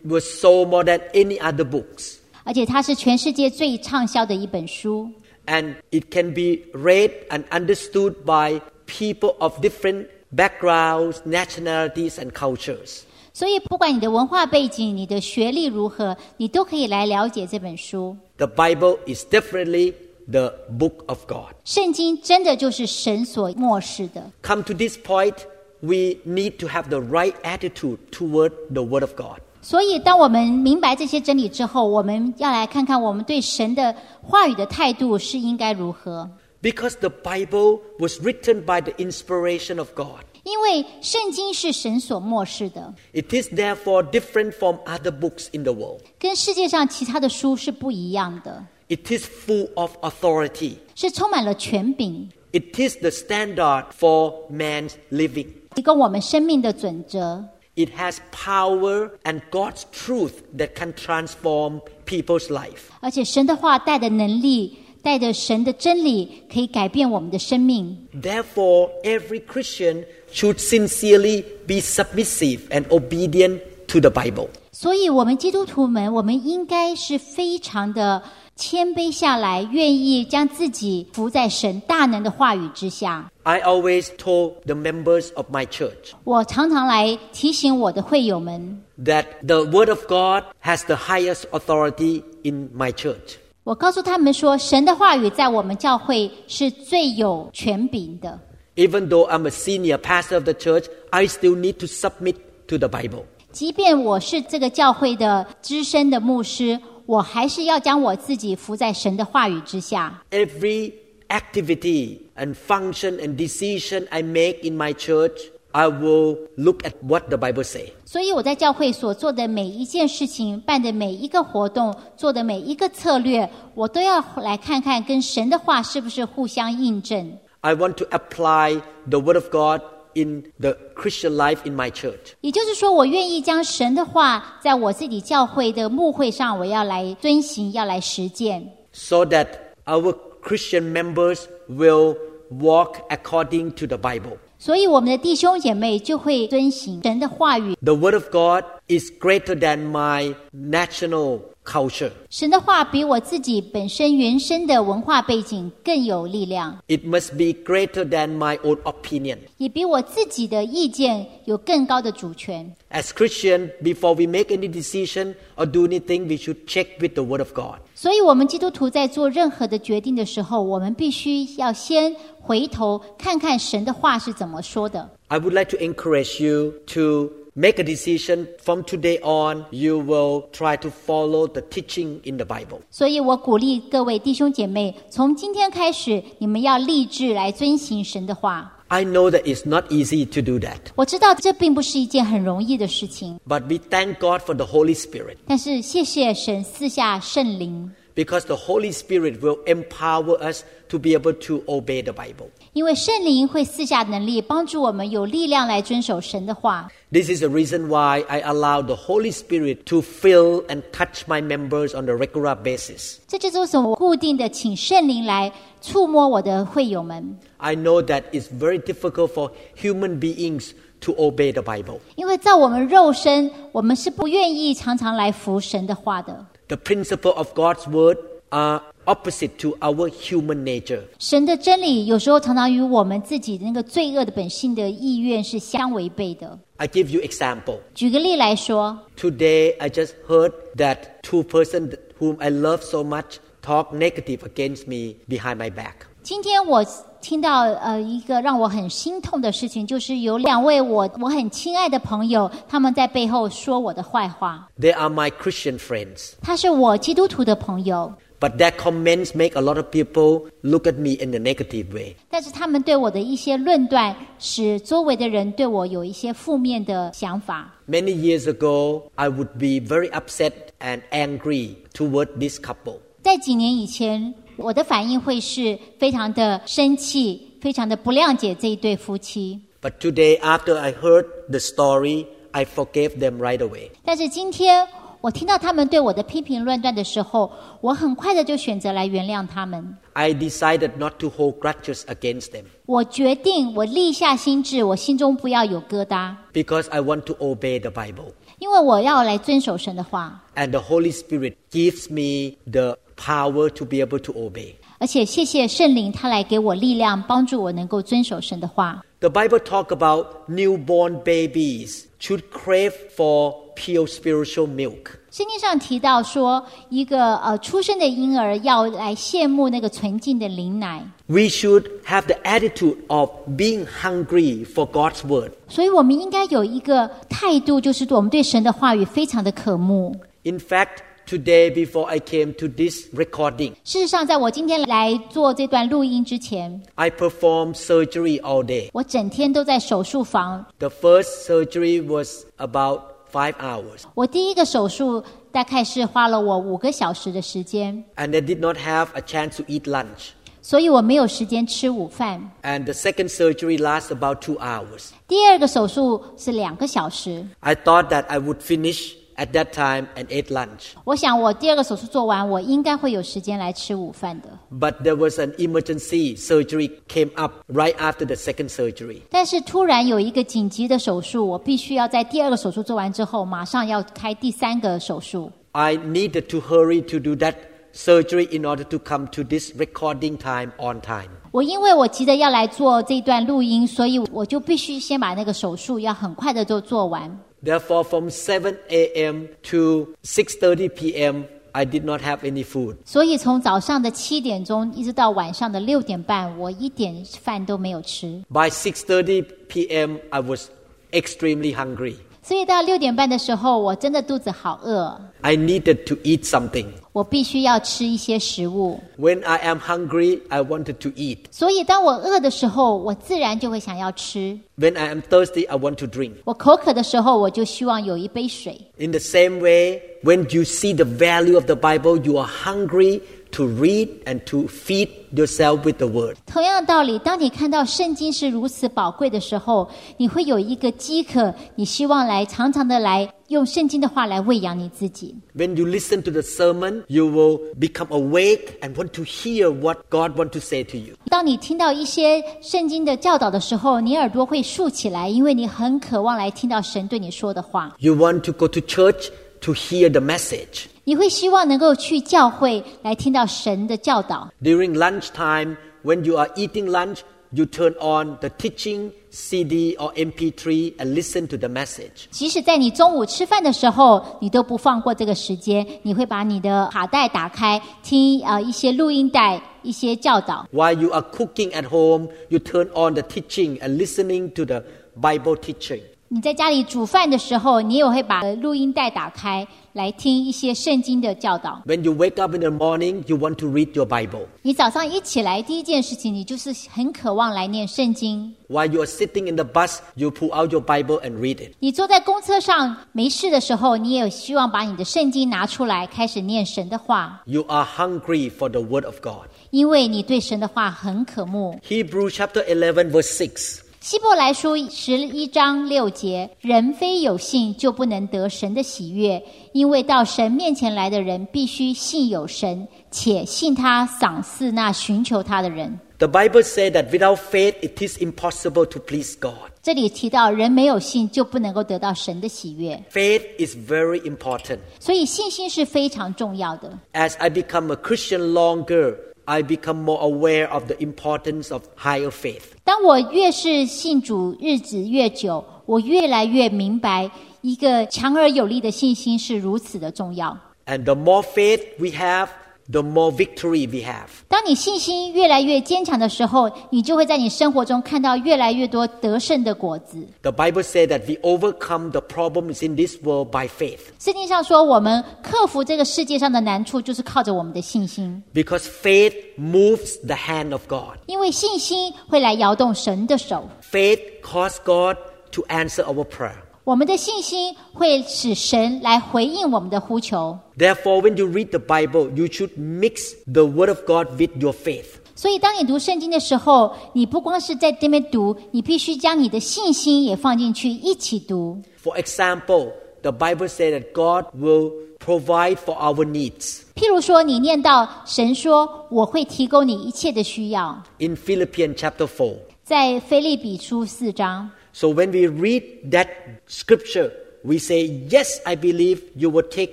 [SPEAKER 1] It was sold more than any other books,
[SPEAKER 2] 而且它是全世界最畅销的一本书。
[SPEAKER 1] and it can be read and understood by people of different backgrounds, nationalities, and cultures.
[SPEAKER 2] 所以，不管你的文化背景、你的学历如何，你都可以来了解这本书。
[SPEAKER 1] The Bible is definitely the book of God.
[SPEAKER 2] 圣经真的就是神所漠视的。
[SPEAKER 1] Come to this point, we need to have the right attitude toward the Word of God.
[SPEAKER 2] 所以，当我们明白这些真理之后，我们要来看看我们对神的话语的态度是应该如何。
[SPEAKER 1] Because the Bible was written by the inspiration of God.
[SPEAKER 2] 因为圣经是神所漠视的，
[SPEAKER 1] It is therefore different from other books in the world.
[SPEAKER 2] 跟世界上其他的书是不一样的，
[SPEAKER 1] It is full of authority.
[SPEAKER 2] 是充满了权柄，
[SPEAKER 1] It is the standard for man's living.
[SPEAKER 2] 提供我们生命的准则。
[SPEAKER 1] It has power and God's truth that can transform people's life.
[SPEAKER 2] 而且，神的话带的能力，带着神的真理，可以改变我们的生命。
[SPEAKER 1] Therefore, every Christian should sincerely be submissive and obedient to the Bible.
[SPEAKER 2] 所以，我们基督徒们，我们应该是非常的谦卑下来，愿意将自己服在神大能的话语之下。
[SPEAKER 1] I always told the members of my church
[SPEAKER 2] 我常常来提醒我的会友们，
[SPEAKER 1] that the Word of God has the highest authority in my church.
[SPEAKER 2] 我告诉他们说，神的话语在我们教会是最有权柄的。
[SPEAKER 1] Even though I'm a senior pastor of the church, I still need to submit to the Bible.
[SPEAKER 2] 即便我是这个教会的资深的牧师，我还是要将我自己服在神的话语之下。
[SPEAKER 1] Every activity and function and decision I make in my church, I will look at what the Bible says.
[SPEAKER 2] 所以我在教会所做的每一件事情、办的每一个活动、做的每一个策略，我都要来看看跟神的话是不是互相印证。
[SPEAKER 1] I want to apply the Word of God in the Christian life in my church.
[SPEAKER 2] 也就是说，我愿意将神的话在我自己教会的牧会上，我要来遵行，要来实践。
[SPEAKER 1] so that our Christian members will walk according to the Bible.
[SPEAKER 2] 所以，我们的弟兄姐妹就会遵行神的话语。
[SPEAKER 1] The Word of God is greater than my national culture.
[SPEAKER 2] 神的话比我自己本身原生的文化背景更有力量，
[SPEAKER 1] It must be greater than my own opinion.
[SPEAKER 2] 也比我自己的意见有更高的主权。
[SPEAKER 1] As Christian, before we make any decision or do anything, we should check with the Word of God.
[SPEAKER 2] 所以，我们基督徒在做任何的决定的时候，我们必须要先回头看看神的话是怎么说的。
[SPEAKER 1] I would like to encourage you to make a decision from today on. You will try to follow the teaching in the Bible.
[SPEAKER 2] 所以我鼓励各位弟兄姐妹，从今天开始，你们要立志来遵行神的话。
[SPEAKER 1] I know that it's not easy to do that,
[SPEAKER 2] 我知道这并不是一件很容易的事情，
[SPEAKER 1] but we thank God for the Holy Spirit.
[SPEAKER 2] 但是谢谢神赐下圣灵，
[SPEAKER 1] because the Holy Spirit will empower us to be able to obey the Bible.
[SPEAKER 2] 因为圣灵会赐下能力，帮助我们有力量来遵守神的话。
[SPEAKER 1] This is the reason why I allow the Holy Spirit to fill and touch my members on a regular basis.
[SPEAKER 2] 这就是为什么我固定的请圣灵来触摸我的会友们，
[SPEAKER 1] I know that it's very difficult for human beings to obey the Bible.
[SPEAKER 2] 因为在我们肉身，我们是不愿意常常来服神的话的。
[SPEAKER 1] The principle of God's word are opposite to our human nature.
[SPEAKER 2] 神的真理有时候常常与我们自己的那个罪恶的本性的意愿是相违背的。
[SPEAKER 1] I give you example.
[SPEAKER 2] 举个例来说，
[SPEAKER 1] Today I just heard that two persons whom I love so much talk negative against me behind my back.
[SPEAKER 2] 今天我听到呃一个让我很心痛的事情，就是有两位我我很亲爱的朋友，他们在背后说我的坏话。
[SPEAKER 1] They are my Christian friends,
[SPEAKER 2] 他是我基督徒的朋友，
[SPEAKER 1] but their comments make a lot of people look at me in a negative way.
[SPEAKER 2] 但是他们对我的一些论断，使周围的人对我有一些负面的想法。
[SPEAKER 1] Many years ago, I would be very upset and angry toward this couple.
[SPEAKER 2] 在几年以前，我的反应会是非常的生气，非常的不谅解这一对夫妻。
[SPEAKER 1] But today, after I heard the story, I forgave them right away.
[SPEAKER 2] 但是今天我听到他们对我的批评论断的时候，我很快的就选择来原谅他们。
[SPEAKER 1] I decided not to hold grudges against them
[SPEAKER 2] 我决定，我立下心志，我心中不要有疙瘩，
[SPEAKER 1] because I want to obey the Bible.
[SPEAKER 2] 因为我要来遵守神的话。
[SPEAKER 1] And the Holy Spirit gives me the power to be able to obey.
[SPEAKER 2] 而且谢谢圣灵，他来给我力量，帮助我能够遵守神的话。
[SPEAKER 1] The Bible talk about newborn babies should crave for pure spiritual milk.
[SPEAKER 2] 圣经上提到说，一个呃出生的婴儿要来羡慕那个纯净的灵奶，
[SPEAKER 1] We should have the attitude of being hungry for God's word.
[SPEAKER 2] 所以我们应该有一个态度，就是我们对神的话语非常的渴慕。
[SPEAKER 1] In fact, today before I came to this recording,
[SPEAKER 2] 事实上，在我今天来做这段录音之前，
[SPEAKER 1] I performed surgery all day.
[SPEAKER 2] 我整天都在手术房。
[SPEAKER 1] The first surgery was about 5 hours.
[SPEAKER 2] 我第一个手术大概是花了我五个小时的时间，
[SPEAKER 1] and I did not have a chance to eat lunch.
[SPEAKER 2] 所以我没有时间吃午饭。
[SPEAKER 1] And the second surgery lasts about two hours.
[SPEAKER 2] 第二个手术是两个小时，
[SPEAKER 1] I thought that I would finish at that time and ate lunch.
[SPEAKER 2] 我想我第二个手术做完，我应该会有时间来吃午饭的。
[SPEAKER 1] But there was an emergency surgery came up right after the second surgery.
[SPEAKER 2] 但是突然有一个紧急的手术，我必须要在第二个手术做完之后，马上要开第三个手术。
[SPEAKER 1] I needed to hurry to do that surgery in order to come to this recording time on time.
[SPEAKER 2] 我因为我急着要来做这段录音，所以我就必须先把那个手术要很快的就做完。
[SPEAKER 1] Therefore, from 7 a.m. to 6:30 p.m., I did not have any food.
[SPEAKER 2] 所以从早上的七点钟一直到晚上的六点半，我一点饭都没有吃。
[SPEAKER 1] By 6:30 p.m., I was extremely hungry.
[SPEAKER 2] 所以到六点半的时候，我真的肚子好饿，
[SPEAKER 1] I needed to eat something.
[SPEAKER 2] 我必须要吃一些食物。
[SPEAKER 1] When I am hungry, I wanted to eat.
[SPEAKER 2] 所以当我饿的时候，我自然就会想要吃；
[SPEAKER 1] When I am thirsty, I want to drink.
[SPEAKER 2] 我口渴的时候，我就希望有一杯水。
[SPEAKER 1] In the same way, when you see the value of the Bible, you are hungry to read and to feed yourself with the word.
[SPEAKER 2] 同样道理，当你看到圣经是如此宝贵的时候，你会有一个饥渴，你希望来常常的来用圣经的话来喂养你自己。
[SPEAKER 1] When you listen to the sermon, you will become awake and want to hear what God wants to say to you.
[SPEAKER 2] 当你听到一些圣经的教导的时候，你耳朵会竖起来，因为你很渴望来听到神对你说的话。
[SPEAKER 1] You want to go to church to hear the message.
[SPEAKER 2] 你会希望能够去教会来听到神的教导。
[SPEAKER 1] During lunchtime, when you are eating lunch, you turn on the teaching CD or MP3 and listen to the message.
[SPEAKER 2] 即使在你中午吃饭的时候，你都不放过这个时间，你会把你的卡带打开，听啊、呃一些录音带、一些教导。
[SPEAKER 1] While you are cooking at home, you turn on the teaching and listening to the Bible teaching.
[SPEAKER 2] 你在家里煮饭的时候，你也会把呃录音带打开来听一些圣经的教导。
[SPEAKER 1] When you wake up in the morning, you want to read your Bible.
[SPEAKER 2] 你早上一起来，第一件事情你就是很渴望来念圣经。
[SPEAKER 1] While you are sitting in the bus, you pull out your Bible and read it.
[SPEAKER 2] 你坐在公车上没事的时候，你也有希望把你的圣经拿出来，开始念神的话，
[SPEAKER 1] You are hungry for the Word of God.
[SPEAKER 2] 因为你对神的话很渴慕。
[SPEAKER 1] Hebrew chapter 11, verse 6.
[SPEAKER 2] 希伯来书十一章六节：人非有信，就不能得神的喜悦，因为到神面前来的人，必须信有神，且信他赏赐那寻求他的人。
[SPEAKER 1] The Bible says that without faith, it is impossible to please God.
[SPEAKER 2] 这里提到，人没有信就不能够得到神的喜悦，
[SPEAKER 1] Faith is very important.
[SPEAKER 2] 所以信心是非常重要的。
[SPEAKER 1] As I become a Christian longer, I become more aware of the importance of higher faith.
[SPEAKER 2] 当我越是信主日子越久，我越来越明白，一个强而有力的信心是如此的重要。
[SPEAKER 1] And the more faith we have, the more victory we have.
[SPEAKER 2] 当你信心越来越坚强的时候，你就会在你生活中看到越来越多得胜的果子。
[SPEAKER 1] The Bible says that we overcome the problems in this world by faith
[SPEAKER 2] 圣经上说，我们克服这个世界上的难处，就是靠着我们的信心，
[SPEAKER 1] because faith moves the hand of God.
[SPEAKER 2] 因为信心会来摇动神的手。
[SPEAKER 1] Faith causes God to answer our prayer.
[SPEAKER 2] 我们的信心会使神来回应我们的呼求。
[SPEAKER 1] Therefore, when you read the Bible, you should mix the Word of God with your faith.
[SPEAKER 2] 所以，当你读圣经的时候，你不光是在这边读，你必须将你的信心也放进去一起读。
[SPEAKER 1] For example, the Bible says that God will provide for our needs.
[SPEAKER 2] 譬如说，你念到神说：“我会提供你一切的需要。
[SPEAKER 1] in Philippians chapter 4. ”
[SPEAKER 2] 在菲利比书四章，
[SPEAKER 1] So when we read that scripture, we say, Yes, I believe you will take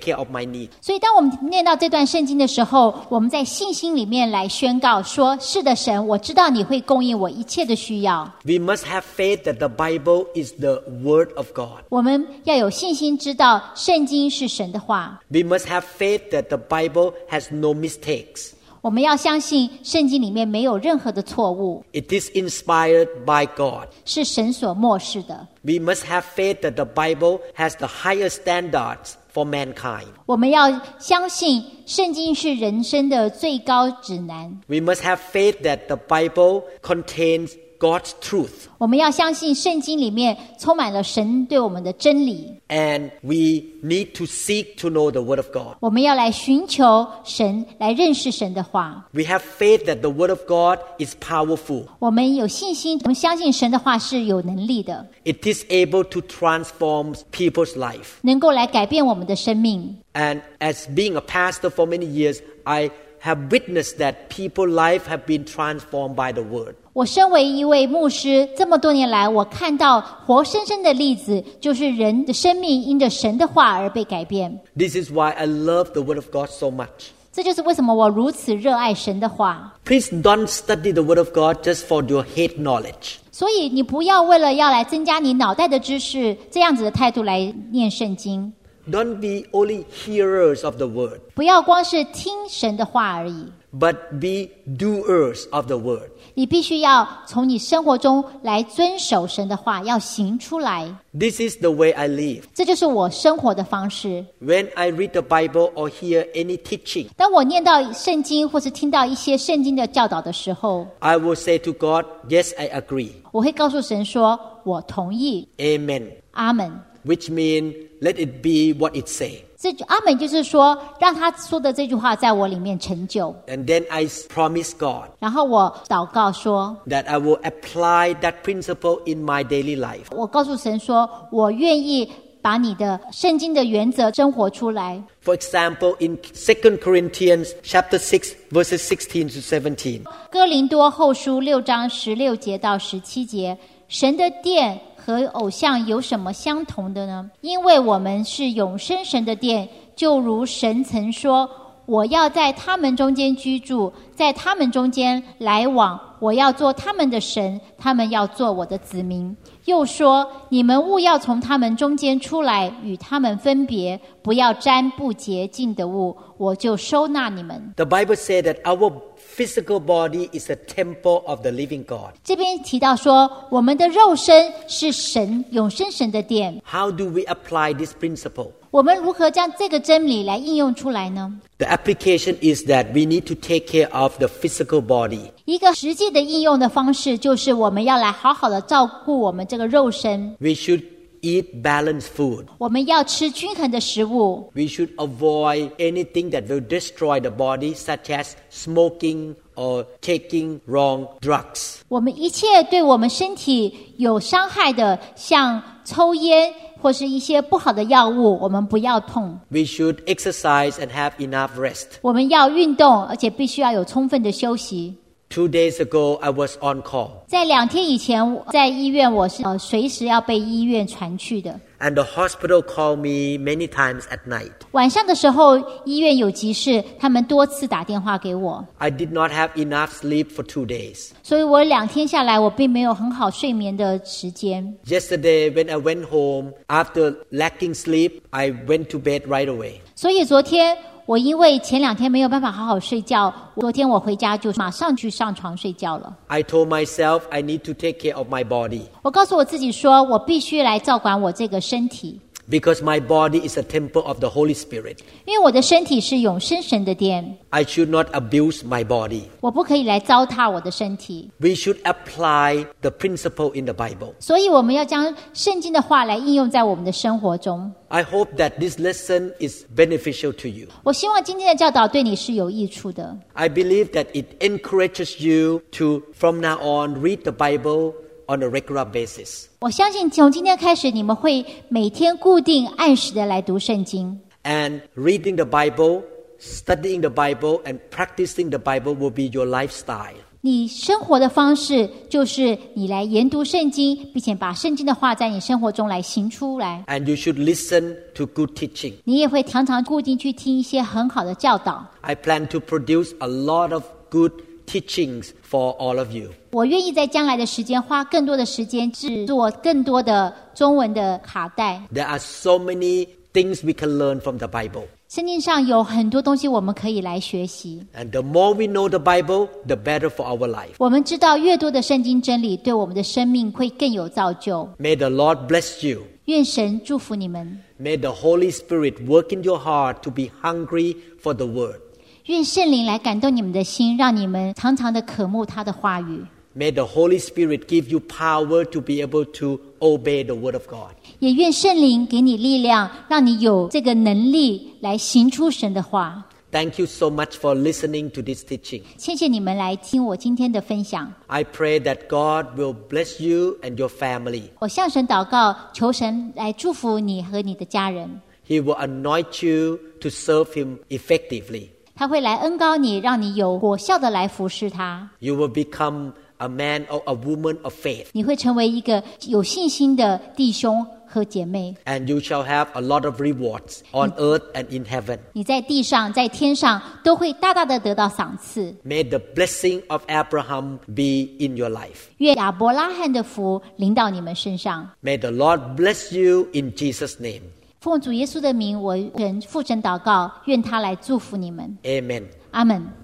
[SPEAKER 1] care of my need.
[SPEAKER 2] 所以当我们念到这段圣经的时候，我们在信心里面来宣告说：“是的，神，我知道你会供应我一切的需要。
[SPEAKER 1] We must have faith that the Bible is the Word of God. ”
[SPEAKER 2] 我们要有信心，知道圣经是神的话。
[SPEAKER 1] We must have faith that the Bible has no mistakes.
[SPEAKER 2] 我们要相信圣经里面没有任何的错误，
[SPEAKER 1] It is inspired by God.
[SPEAKER 2] 是神所漠视的。
[SPEAKER 1] We must have faith that the Bible has the highest standards for mankind.
[SPEAKER 2] 我们要相信圣经是人生的最高指南。
[SPEAKER 1] We must have faith that the Bible contains God's truth.
[SPEAKER 2] 我们要相信圣经里面充满了神对我们的真理。
[SPEAKER 1] And we need to seek to know the Word of God.
[SPEAKER 2] 我们要来寻求神，来认识神的话。
[SPEAKER 1] We have faith that the Word of God is powerful.
[SPEAKER 2] 我们有信心，我们相信神的话是有能力的，
[SPEAKER 1] It is able to transform people's life.
[SPEAKER 2] 能够来改变我们的生命。
[SPEAKER 1] And as being a pastor for many years, I have witnessed that people's life have been transformed by the Word.
[SPEAKER 2] 我身为一位牧师，这么多年来，我看到活生生的例子，就是人的生命因着神的话而被改变。
[SPEAKER 1] This is why I love the Word of God so much.
[SPEAKER 2] 这就是为什么我如此热爱神的话。
[SPEAKER 1] Please don't study the Word of God just for your head knowledge.
[SPEAKER 2] 所以你不要为了要来增加你脑袋的知识，这样子的态度来念圣经。
[SPEAKER 1] Don't be only hearers of the Word,
[SPEAKER 2] 不要光是听神的话而已，
[SPEAKER 1] but be doers of the Word.
[SPEAKER 2] 你必须要从你生活中来遵守神的话，要行出来。
[SPEAKER 1] This is the way I live.
[SPEAKER 2] 这就是我生活的方式。
[SPEAKER 1] When I read the Bible or hear any teaching,
[SPEAKER 2] 当我念到圣经或是听到一些圣经的教导的时候，
[SPEAKER 1] I will say to God, Yes, I agree.
[SPEAKER 2] 我会告诉神说：“我同意。
[SPEAKER 1] Amen. ”
[SPEAKER 2] 阿门。
[SPEAKER 1] Which means, let it be what it say.
[SPEAKER 2] 这句阿门就是说，让他说的这句话在我里面成就。
[SPEAKER 1] And then I s- promise God
[SPEAKER 2] 然后我祷告说
[SPEAKER 1] that I will apply that principle in my daily life.：“
[SPEAKER 2] 我告诉神说，我愿意把你的圣经的原则生活出来。”
[SPEAKER 1] For example, in 2 Corinthians chapter 6 verses 16 to 17.
[SPEAKER 2] 哥林多后书六章十六节到十七节，神的殿和偶像有什么相同的呢？因为我们是永生神的殿，就如神曾说：“我要在他们中间居住，在他们中间来往，我要做他们的神，他们要做我的子民。”又说：“你们勿要从他们中间出来，与他们分别，不要沾不洁净的物，我就收纳你们。”
[SPEAKER 1] The Bible says that our physical body is a temple of the living God.
[SPEAKER 2] 这边提到说，我们的肉身是神永生神的殿，
[SPEAKER 1] How do we apply this principle?
[SPEAKER 2] 我们如何将这个真理来应用出来呢？
[SPEAKER 1] The application is that we need to take care of the physical body.
[SPEAKER 2] 一个实际的应用的方式，就是我们要来好好的照顾我们这个肉身，
[SPEAKER 1] We should eat balanced food.
[SPEAKER 2] 我们要吃均衡的食物，
[SPEAKER 1] We should avoid anything that will destroy the body, such as smoking or taking wrong drugs.
[SPEAKER 2] 我们一切对我们身体有伤害的，像抽烟或是一些不好的药物，我们不要碰。
[SPEAKER 1] We should exercise and have enough rest.
[SPEAKER 2] 我们要运动，而且必须要有充分的休息。
[SPEAKER 1] Two days ago, I was on call,
[SPEAKER 2] 在两天以前，我在医院我是呃随时要被医院传去的。
[SPEAKER 1] and the hospital called me many times at night.
[SPEAKER 2] 晚上的时候，医院有急事，他们多次打电话给我，
[SPEAKER 1] I did not have enough sleep for two days.
[SPEAKER 2] 所以我两天下来，我并没有很好睡眠的时间。
[SPEAKER 1] Yesterday, when I went home, after lacking sleep, I went to bed right away.
[SPEAKER 2] 所以昨天我因为前两天没有办法好好睡觉，昨天我回家就马上去上床睡觉了。
[SPEAKER 1] I told myself I need to take care of my body
[SPEAKER 2] 我告诉我自己说，我必须来照管我这个身体，
[SPEAKER 1] because my body is a temple of the Holy Spirit.
[SPEAKER 2] 因为我的身体是永生神的殿，
[SPEAKER 1] I should not abuse my body.
[SPEAKER 2] 我不可以来糟蹋我的身体。
[SPEAKER 1] We should apply the principle in the Bible.
[SPEAKER 2] 所以我们要将圣经的话来应用在我们的生活中。
[SPEAKER 1] I hope that this lesson is beneficial to you.
[SPEAKER 2] 我希望今天的教导对你是有益处的。
[SPEAKER 1] I believe that it encourages you to, from now on, read the Bible on a regular basis.
[SPEAKER 2] 我相信从今天开始，你们会每天固定按时的来读圣经。
[SPEAKER 1] And reading the Bible, studying the Bible, and practicing the Bible will be your lifestyle.
[SPEAKER 2] 你生活的方式就是你来研读圣经，并且把圣经的话在你生活中来行出来。
[SPEAKER 1] And you should listen to good teaching.
[SPEAKER 2] 你也会常常固定去听一些很好的教导。
[SPEAKER 1] I plan to produce a lot of good teachings for all of you.
[SPEAKER 2] 我愿意在将来的时间花更多的时间制作更多的中文的卡带。
[SPEAKER 1] There are so many things we can learn from the Bible.
[SPEAKER 2] 圣经上有很多东西我们可以来学习。
[SPEAKER 1] And the more we know the Bible, the better for our life.
[SPEAKER 2] 我们知道越多的圣经真理，对我们的生命会更有造就。
[SPEAKER 1] May the Lord bless you.
[SPEAKER 2] 愿神祝福你们，
[SPEAKER 1] May the Holy Spirit work in your heart to be hungry for the word.
[SPEAKER 2] 愿圣灵来感动你们的心，让你们常常的渴慕他的话语。
[SPEAKER 1] May the Holy Spirit give you power to be able to obey the word of God.
[SPEAKER 2] 也愿圣灵给你力量，让你有这个能力来行出神的话。
[SPEAKER 1] Thank you so much for listening to this teaching.
[SPEAKER 2] 谢谢你们来听我今天的分享。
[SPEAKER 1] I pray that God will bless you and your family.
[SPEAKER 2] 我向神祷告，求神来祝福你和你的家人，
[SPEAKER 1] He will anoint you to serve Him effectively.
[SPEAKER 2] 他会来恩高你，让你有果效的来服侍他。
[SPEAKER 1] You will become a man or a woman of faith,
[SPEAKER 2] 你会成为一个有信心的弟兄和姐妹。
[SPEAKER 1] and you shall have a lot of rewards on earth and in heaven.
[SPEAKER 2] 你在地上，在天上都会大大的得到赏赐。
[SPEAKER 1] May the blessing of Abraham be in your life.
[SPEAKER 2] 愿亚伯拉罕的福临到你们身上。
[SPEAKER 1] May the Lord bless you in Jesus' name.
[SPEAKER 2] 奉主耶稣的名，我人父神祷告，愿他来祝福你们。
[SPEAKER 1] Amen.
[SPEAKER 2] 阿门。